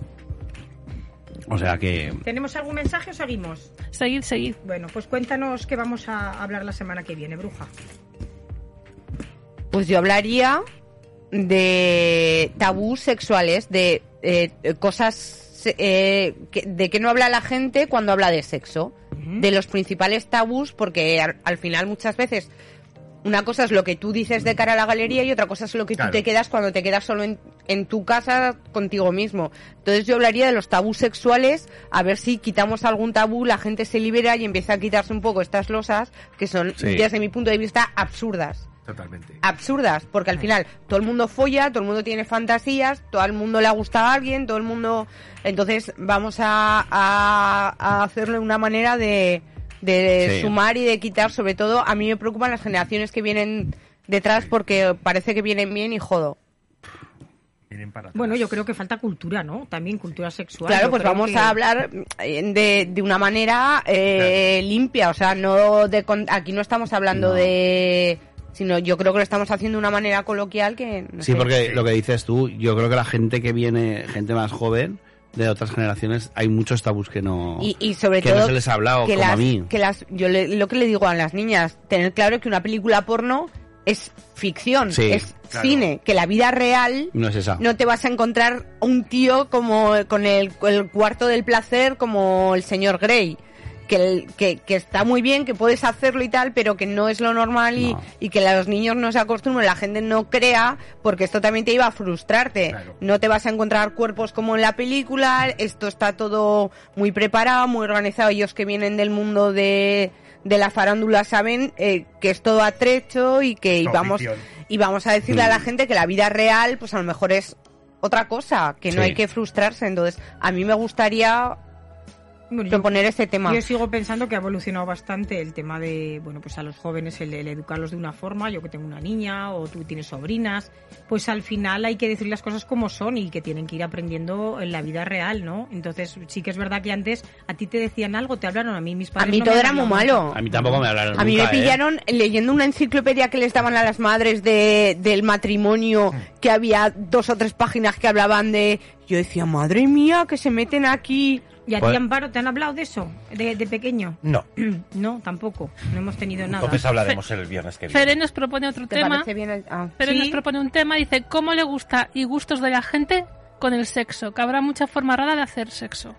J: O sea que.
G: ¿Tenemos algún mensaje o seguimos?
F: Seguid, seguid.
G: Bueno, pues cuéntanos qué vamos a hablar la semana que viene, bruja.
H: Pues yo hablaría de tabús sexuales, de eh, cosas eh, que- de que no habla la gente cuando habla de sexo, de los principales tabús, porque al, al final muchas veces una cosa es lo que tú dices de cara a la galería y otra cosa es lo que
G: Claro.
H: tú te quedas cuando te quedas solo en, en tu casa contigo mismo. Entonces yo hablaría de los tabús sexuales, a ver si quitamos algún tabú, la gente se libera y empieza a quitarse un poco estas losas que son,
I: Sí.
H: desde mi punto de vista, absurdas
I: Totalmente.
H: absurdas, porque al final todo el mundo folla, todo el mundo tiene fantasías, todo el mundo le ha gustado a alguien, todo el mundo... Entonces vamos a, a- a hacerle una manera de, de
T: Sí.
H: sumar y de quitar, sobre todo a mí me preocupan las generaciones que vienen detrás porque parece que vienen bien y jodo.
G: Bueno, yo creo que falta cultura, ¿no? También cultura sexual.
H: Claro,
G: ah, Yo
H: pues
G: creo
H: vamos
G: que-
H: a hablar eh, de, de una manera eh, limpia, o sea, no de con- aquí no estamos hablando de sino yo creo que lo estamos haciendo de una manera coloquial que... no
J: Sí,
H: sé.
J: porque lo que dices tú, yo creo que la gente que viene, gente más joven, de otras generaciones, hay muchos tabús que no,
H: Y, y sobre
J: que
H: todo
J: no se les ha hablado,
H: que
J: Oh, como
H: las,
J: a mí.
H: que las yo le- lo que le digo a las niñas tener claro que una película porno es ficción
J: Sí,
H: es
J: claro.
H: cine que la vida real
J: No es esa.
H: no te vas a encontrar un tío como con el, el cuarto del placer como el señor Grey. Que, el- que, que está muy bien, que puedes hacerlo y tal, pero que no es lo normal y, y que los niños no se acostumbren, la gente no crea, porque esto también te iba a frustrarte. No te vas a encontrar cuerpos como en la película, esto está todo muy preparado, muy organizado. Ellos que vienen del mundo de, de la farándula saben eh, que es todo atrecho y que y
T: Todo
H: vamos,
T: ficción.
H: y vamos a decirle a la
T: Mm.
H: gente que la vida real, pues a lo mejor es otra cosa, que no
T: Sí.
H: hay que frustrarse. Entonces, a mí me gustaría proponer este tema.
G: Yo sigo pensando que ha evolucionado bastante el tema de, bueno, pues a los jóvenes el, el educarlos de una forma, yo que tengo una niña o tú tienes sobrinas, pues al final hay que decir las cosas como son y que tienen que ir aprendiendo en la vida real, ¿no? Entonces sí que es verdad que antes a ti te decían algo, te hablaron, a mí mis padres...
H: mí
G: no
H: todo
G: me
H: era muy
G: hablaban.
H: malo.
J: A mí tampoco me hablaron
H: A mí me
J: nunca, ¿eh?
H: pillaron leyendo una enciclopedia que les daban a las madres de, del matrimonio,
D: Mm.
H: que había dos o tres páginas que hablaban de... Yo decía, madre mía, que se meten aquí.
G: ¿Y a ti,
H: Pues-
G: Amparo, te han hablado de eso? ¿De, de pequeño?
D: No.
G: No, tampoco. No hemos tenido nada.
D: Entonces hablaremos el viernes que viene.
F: Feren nos propone otro
H: ¿Te
F: tema.
H: parece bien el- ah.
F: Feren
H: Sí.
F: nos propone un tema, dice, ¿cómo le gusta y gustos de la gente con el sexo? Que habrá mucha forma rara de hacer sexo.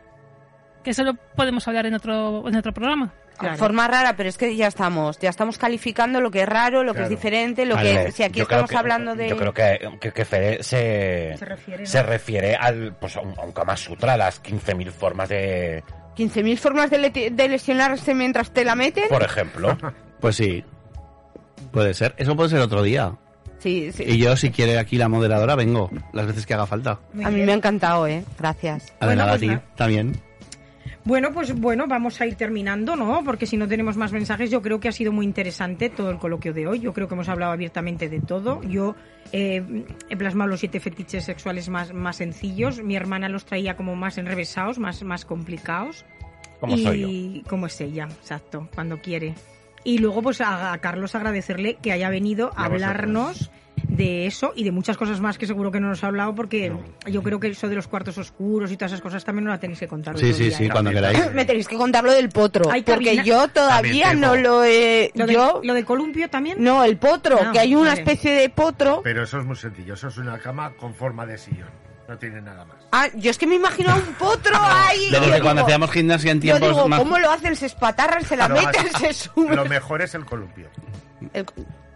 F: Que eso lo podemos hablar en otro, en otro programa.
H: De forma rara, pero es que ya estamos, ya estamos calificando lo que es raro, lo que
D: Claro.
H: es diferente, lo
D: Vale.
H: que si aquí
D: Yo creo
H: estamos
D: que-
H: hablando de
D: Yo creo que, que, que Fede se,
H: Se refiere, ¿no?
D: se refiere al, pues, a, un, a un Kama Sutra, a las 15.000 formas de...
H: 15.000 formas de, le- de lesionarse mientras te la meten.
D: Por ejemplo.
J: Pues sí, puede ser. Eso puede ser otro día.
H: Sí, sí.
J: Y yo, si quiere aquí la moderadora, vengo las veces que haga falta.
H: A mí me ha encantado, ¿eh? Gracias.
J: A ver, nada, a ti también.
G: Bueno, pues bueno, vamos a ir terminando, ¿no? Porque si no tenemos más mensajes, yo creo que ha sido muy interesante todo el coloquio de hoy. Yo creo que hemos hablado abiertamente de todo. Yo eh, he plasmado los siete fetiches sexuales más, más sencillos. Mi hermana los traía como más enrevesados, más, más complicados.
D: Como
G: y
D: soy
G: como es ella, exacto, cuando quiere. Y luego, pues a, a Carlos agradecerle que haya
T: Y
G: venido a
T: a vosotros.
G: hablarnos de eso y de muchas cosas más que seguro que no nos ha hablado porque yo creo que eso de los cuartos oscuros y todas esas cosas también no la tenéis que contar.
J: Sí,
G: otro
J: sí,
G: día,
J: sí,
G: ¿eh?
J: cuando queráis.
H: Me tenéis que contar lo del potro,
G: Ay,
H: porque
G: Carolina.
H: yo todavía
G: También,
H: no
G: Pepo.
H: lo he...
G: ¿Lo de-
H: yo...
G: ¿Lo del columpio también?
H: No, el potro,
G: Ah,
H: que hay una
G: vale.
H: especie de potro...
I: Pero eso es muy sencillo, eso es una cama con forma de sillón, no tiene nada más.
H: Ah, yo es que me imagino a un potro ahí...
J: Desde
H: yo
J: que cuando
H: digo-
J: hacíamos gimnasia en
H: yo
J: tiempos
H: digo,
J: más...
H: ¿cómo lo hacen? Se espatarran, se la
I: Lo más-
H: meten, se suben...
I: Lo mejor es el columpio.
H: El-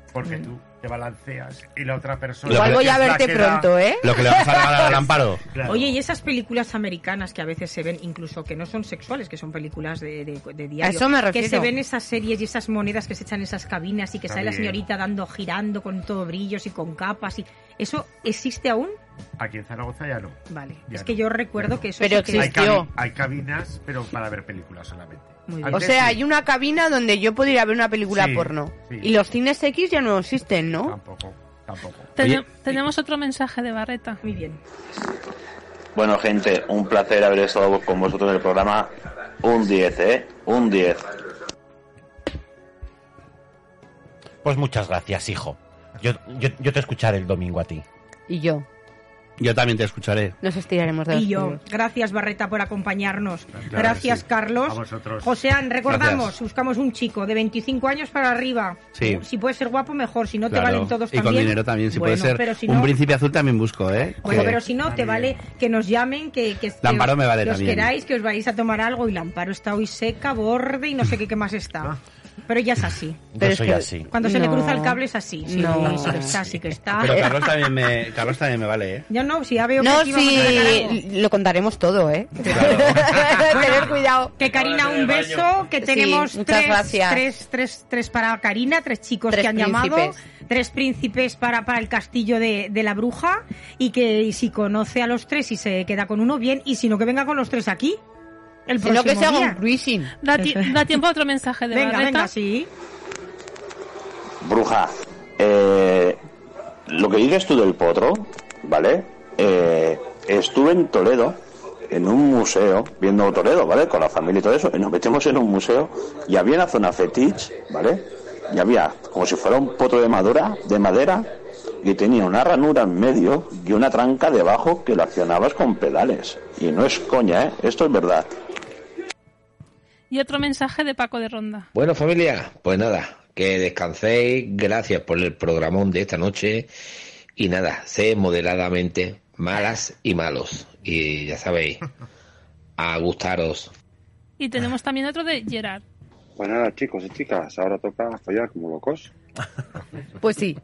H: Mm.
I: Porque tú te balanceas y la otra persona.
H: Igual
I: que
H: voy a
I: es la
H: verte
I: que da-
H: pronto, ¿eh?
J: Lo que le vamos a regalar al Amparo.
I: Claro.
G: Oye, y esas películas americanas que a veces se ven, incluso que no son sexuales, que son películas de, de- de diario.
H: A eso me refiero.
G: Que se ven esas series y esas monedas que se echan en esas cabinas y que sale la
I: También.
G: señorita dando, girando con todo brillos y con capas y... ¿Eso existe aún?
I: Aquí en Zaragoza ya no.
G: Vale.
I: Ya
G: es que
I: no.
G: yo recuerdo que eso...
H: Pero
G: sí que-
I: Hay, cabi- hay cabinas, pero para ver películas solamente. Antes
H: O sea,
I: sí.
H: hay una cabina donde yo podría ver una película
I: Sí,
H: porno.
I: sí.
H: Y los cines X ya no existen, ¿no?
I: Tampoco, tampoco.
F: Tene- tenemos otro mensaje de Barreta.
G: Muy bien.
P: Bueno, gente, un placer haber estado con vosotros en el programa. Un 10, ¿eh? Un 10.
D: Pues muchas gracias, hijo. Yo, yo, yo te escucharé el domingo a ti.
H: Y yo.
J: Yo también te escucharé.
H: Nos estiraremos de
G: Y
H: los
G: yo.
H: pelos.
G: Gracias, Barreta, por acompañarnos.
J: que
G: Gracias,
J: sí.
G: Carlos.
J: A vosotros.
G: José, An, recordamos,
J: Gracias.
G: buscamos un chico de 25 años para arriba.
J: Sí.
G: Si puede ser guapo, mejor. Si no, te
J: Claro.
G: valen todos
J: y
G: también.
J: con dinero también, si
G: Bueno,
J: puede ser.
G: pero si
J: Un
G: no-
J: príncipe azul también busco, ¿eh?
G: Bueno,
J: Que-
G: pero si no, te vale que nos llamen, que, que, que
J: Lamparo me vale
G: que os
J: también.
G: queráis, que os vais a tomar algo. Y Lamparo está hoy seca, borde y no sé qué, qué más
J: Ah.
G: está. Pero ya es así.
J: Yo Pero es soy que- así.
G: Cuando Ah, se le
J: No.
G: cruza el cable es así. Sí,
J: No.
G: sí que está, sí que está.
J: Pero Carlos también me, Carlos también me vale, ¿eh?
G: Yo no, si ya veo que
H: No,
G: aquí vamos a sacar algo.
H: sí, lo contaremos todo, ¿eh? Tener cuidado.
G: Que Karina, un beso, que
H: Sí,
G: tenemos
H: muchas
G: tres,
H: gracias.
G: tres, tres, tres para Karina, tres chicos
H: Tres
G: que han llamado,
H: príncipes.
G: tres príncipes para, para el castillo de, de la bruja, y que y si conoce a los tres y se queda con uno, bien, y si no, que venga con los tres aquí. El
H: Si no, que se haga un
G: cruising.
F: Da, ti- da tiempo a otro mensaje de
G: Venga,
F: Barreta.
G: venga, sí.
P: Bruja, eh, lo que dices tú del potro, ¿vale? Eh, estuve en Toledo, en un museo, viendo Toledo, ¿vale? Con la familia y todo eso, y nos metimos en un museo y había una zona fetich, ¿vale? y había como si fuera un potro de madera, de madera y tenía una ranura en medio y una tranca debajo que lo accionabas con pedales. Y no es coña, ¿eh? Esto es verdad.
F: Y otro mensaje de Paco de Ronda.
O: Bueno, familia, pues nada, que descanséis. Gracias por el programón de esta noche. Y nada, sé moderadamente malas y malos. Y ya sabéis, a gustaros.
F: Y tenemos también otro de Gerard.
Q: Pues nada, chicos y chicas, ahora toca follar como locos.
H: Pues sí.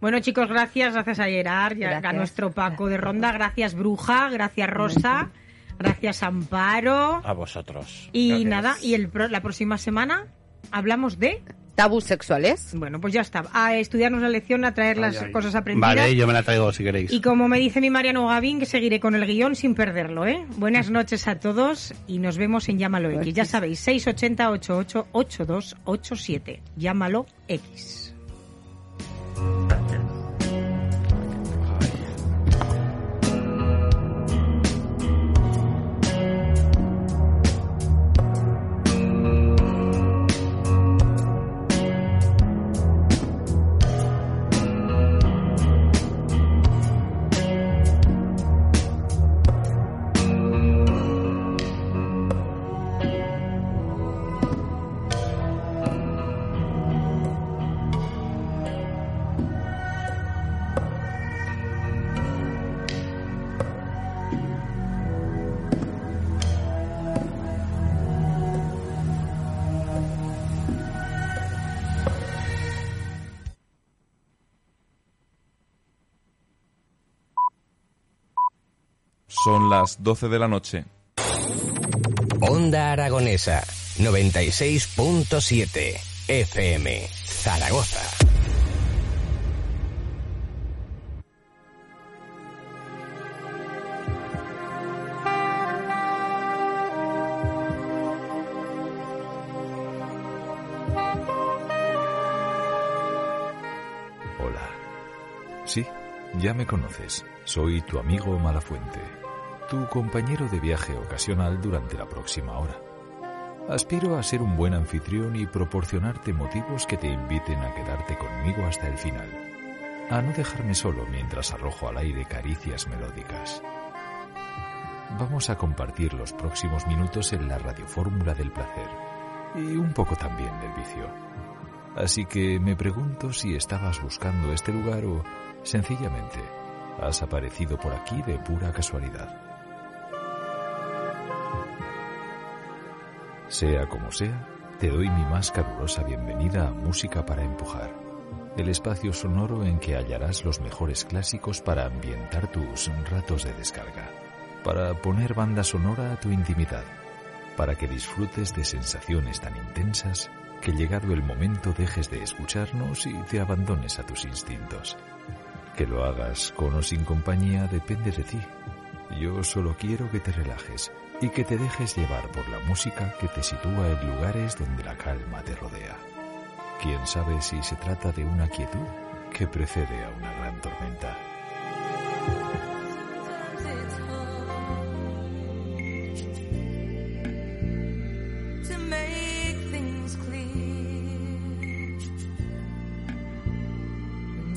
G: Bueno, chicos, gracias. Gracias a Gerard, y a- a
H: Gracias.
G: nuestro Paco de Ronda. Gracias, Bruja. Gracias, Rosa. Gracias, Amparo.
D: A vosotros.
G: Y nada, y el pro- la próxima semana hablamos de...
H: Tabús sexuales.
G: Bueno, pues ya está. A estudiarnos la lección, a traer las
J: Ay, ay.
G: cosas aprendidas.
J: Vale, yo me la traigo si queréis.
G: Y como me dice mi Mariano Gavín, que seguiré con el guión sin perderlo, ¿eh? Buenas noches a todos y nos vemos en Llámalo X. Ya sabéis, 680-88-8287. Llámalo X.
T: Son las 12 de la noche.
C: Onda Aragonesa, 96.7 FM, Zaragoza.
T: Hola. Sí, ya me conoces. Soy tu amigo Malafuente, tu compañero de viaje ocasional durante la próxima hora. Aspiro a ser un buen anfitrión y proporcionarte motivos que te inviten a quedarte conmigo hasta el final, a no dejarme solo mientras arrojo al aire caricias melódicas. Vamos a compartir los próximos minutos en la radiofórmula del placer y un poco también del vicio. Así que me pregunto si estabas buscando este lugar o, sencillamente, has aparecido por aquí de pura casualidad. Sea como sea, te doy mi más calurosa bienvenida a Música para Empujar, el espacio sonoro en que hallarás los mejores clásicos para ambientar tus ratos de descarga, para poner banda sonora a tu intimidad para que disfrutes de sensaciones tan intensas que llegado el momento dejes de escucharnos y te abandones a tus instintos. Que lo hagas con o sin compañía depende de ti. Yo solo quiero que te relajes y que te dejes llevar por la música que te sitúa en lugares donde la calma te rodea. Quién sabe si se trata de una quietud que precede a una gran tormenta.
N: to make things clear.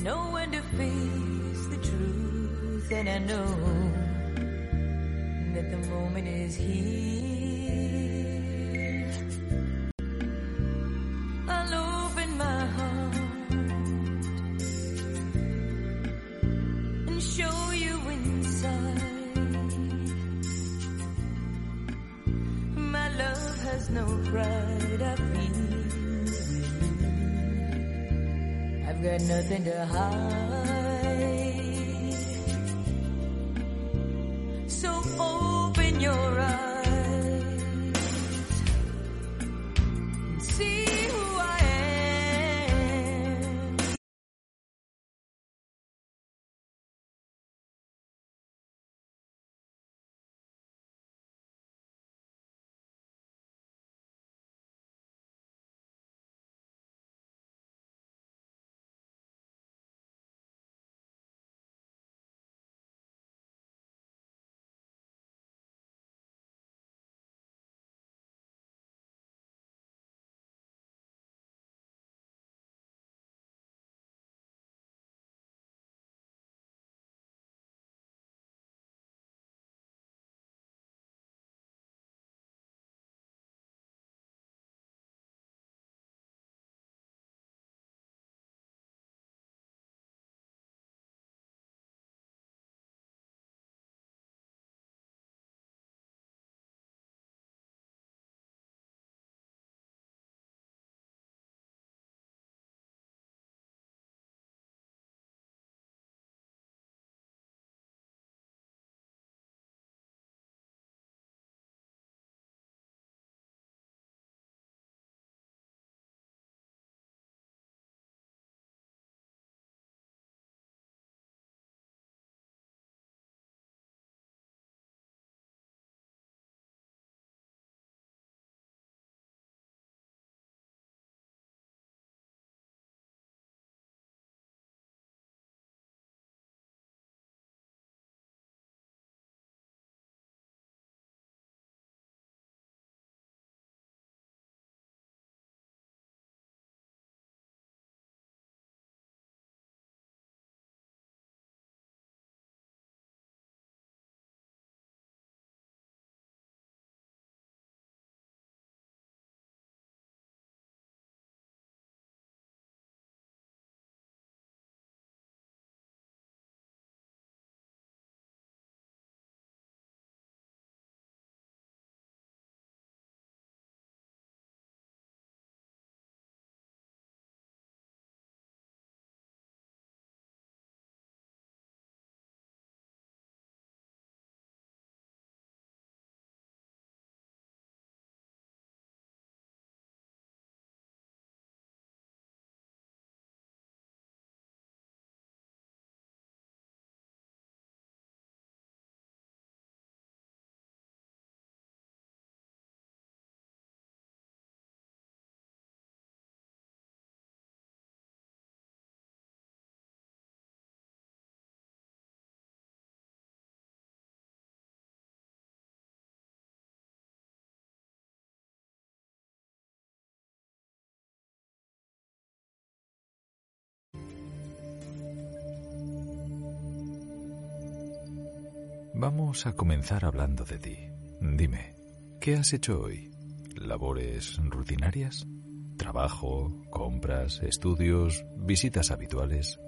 N: Know when to face the truth, and I know that the moment is here. I'll open my heart and show you inside. My love has no pride. I feel I've got nothing to hide. So open your eyes and see who I am.
T: Vamos a comenzar hablando de ti. Dime, ¿qué has hecho hoy? ¿Labores rutinarias? ¿Trabajo, compras, estudios, visitas habituales?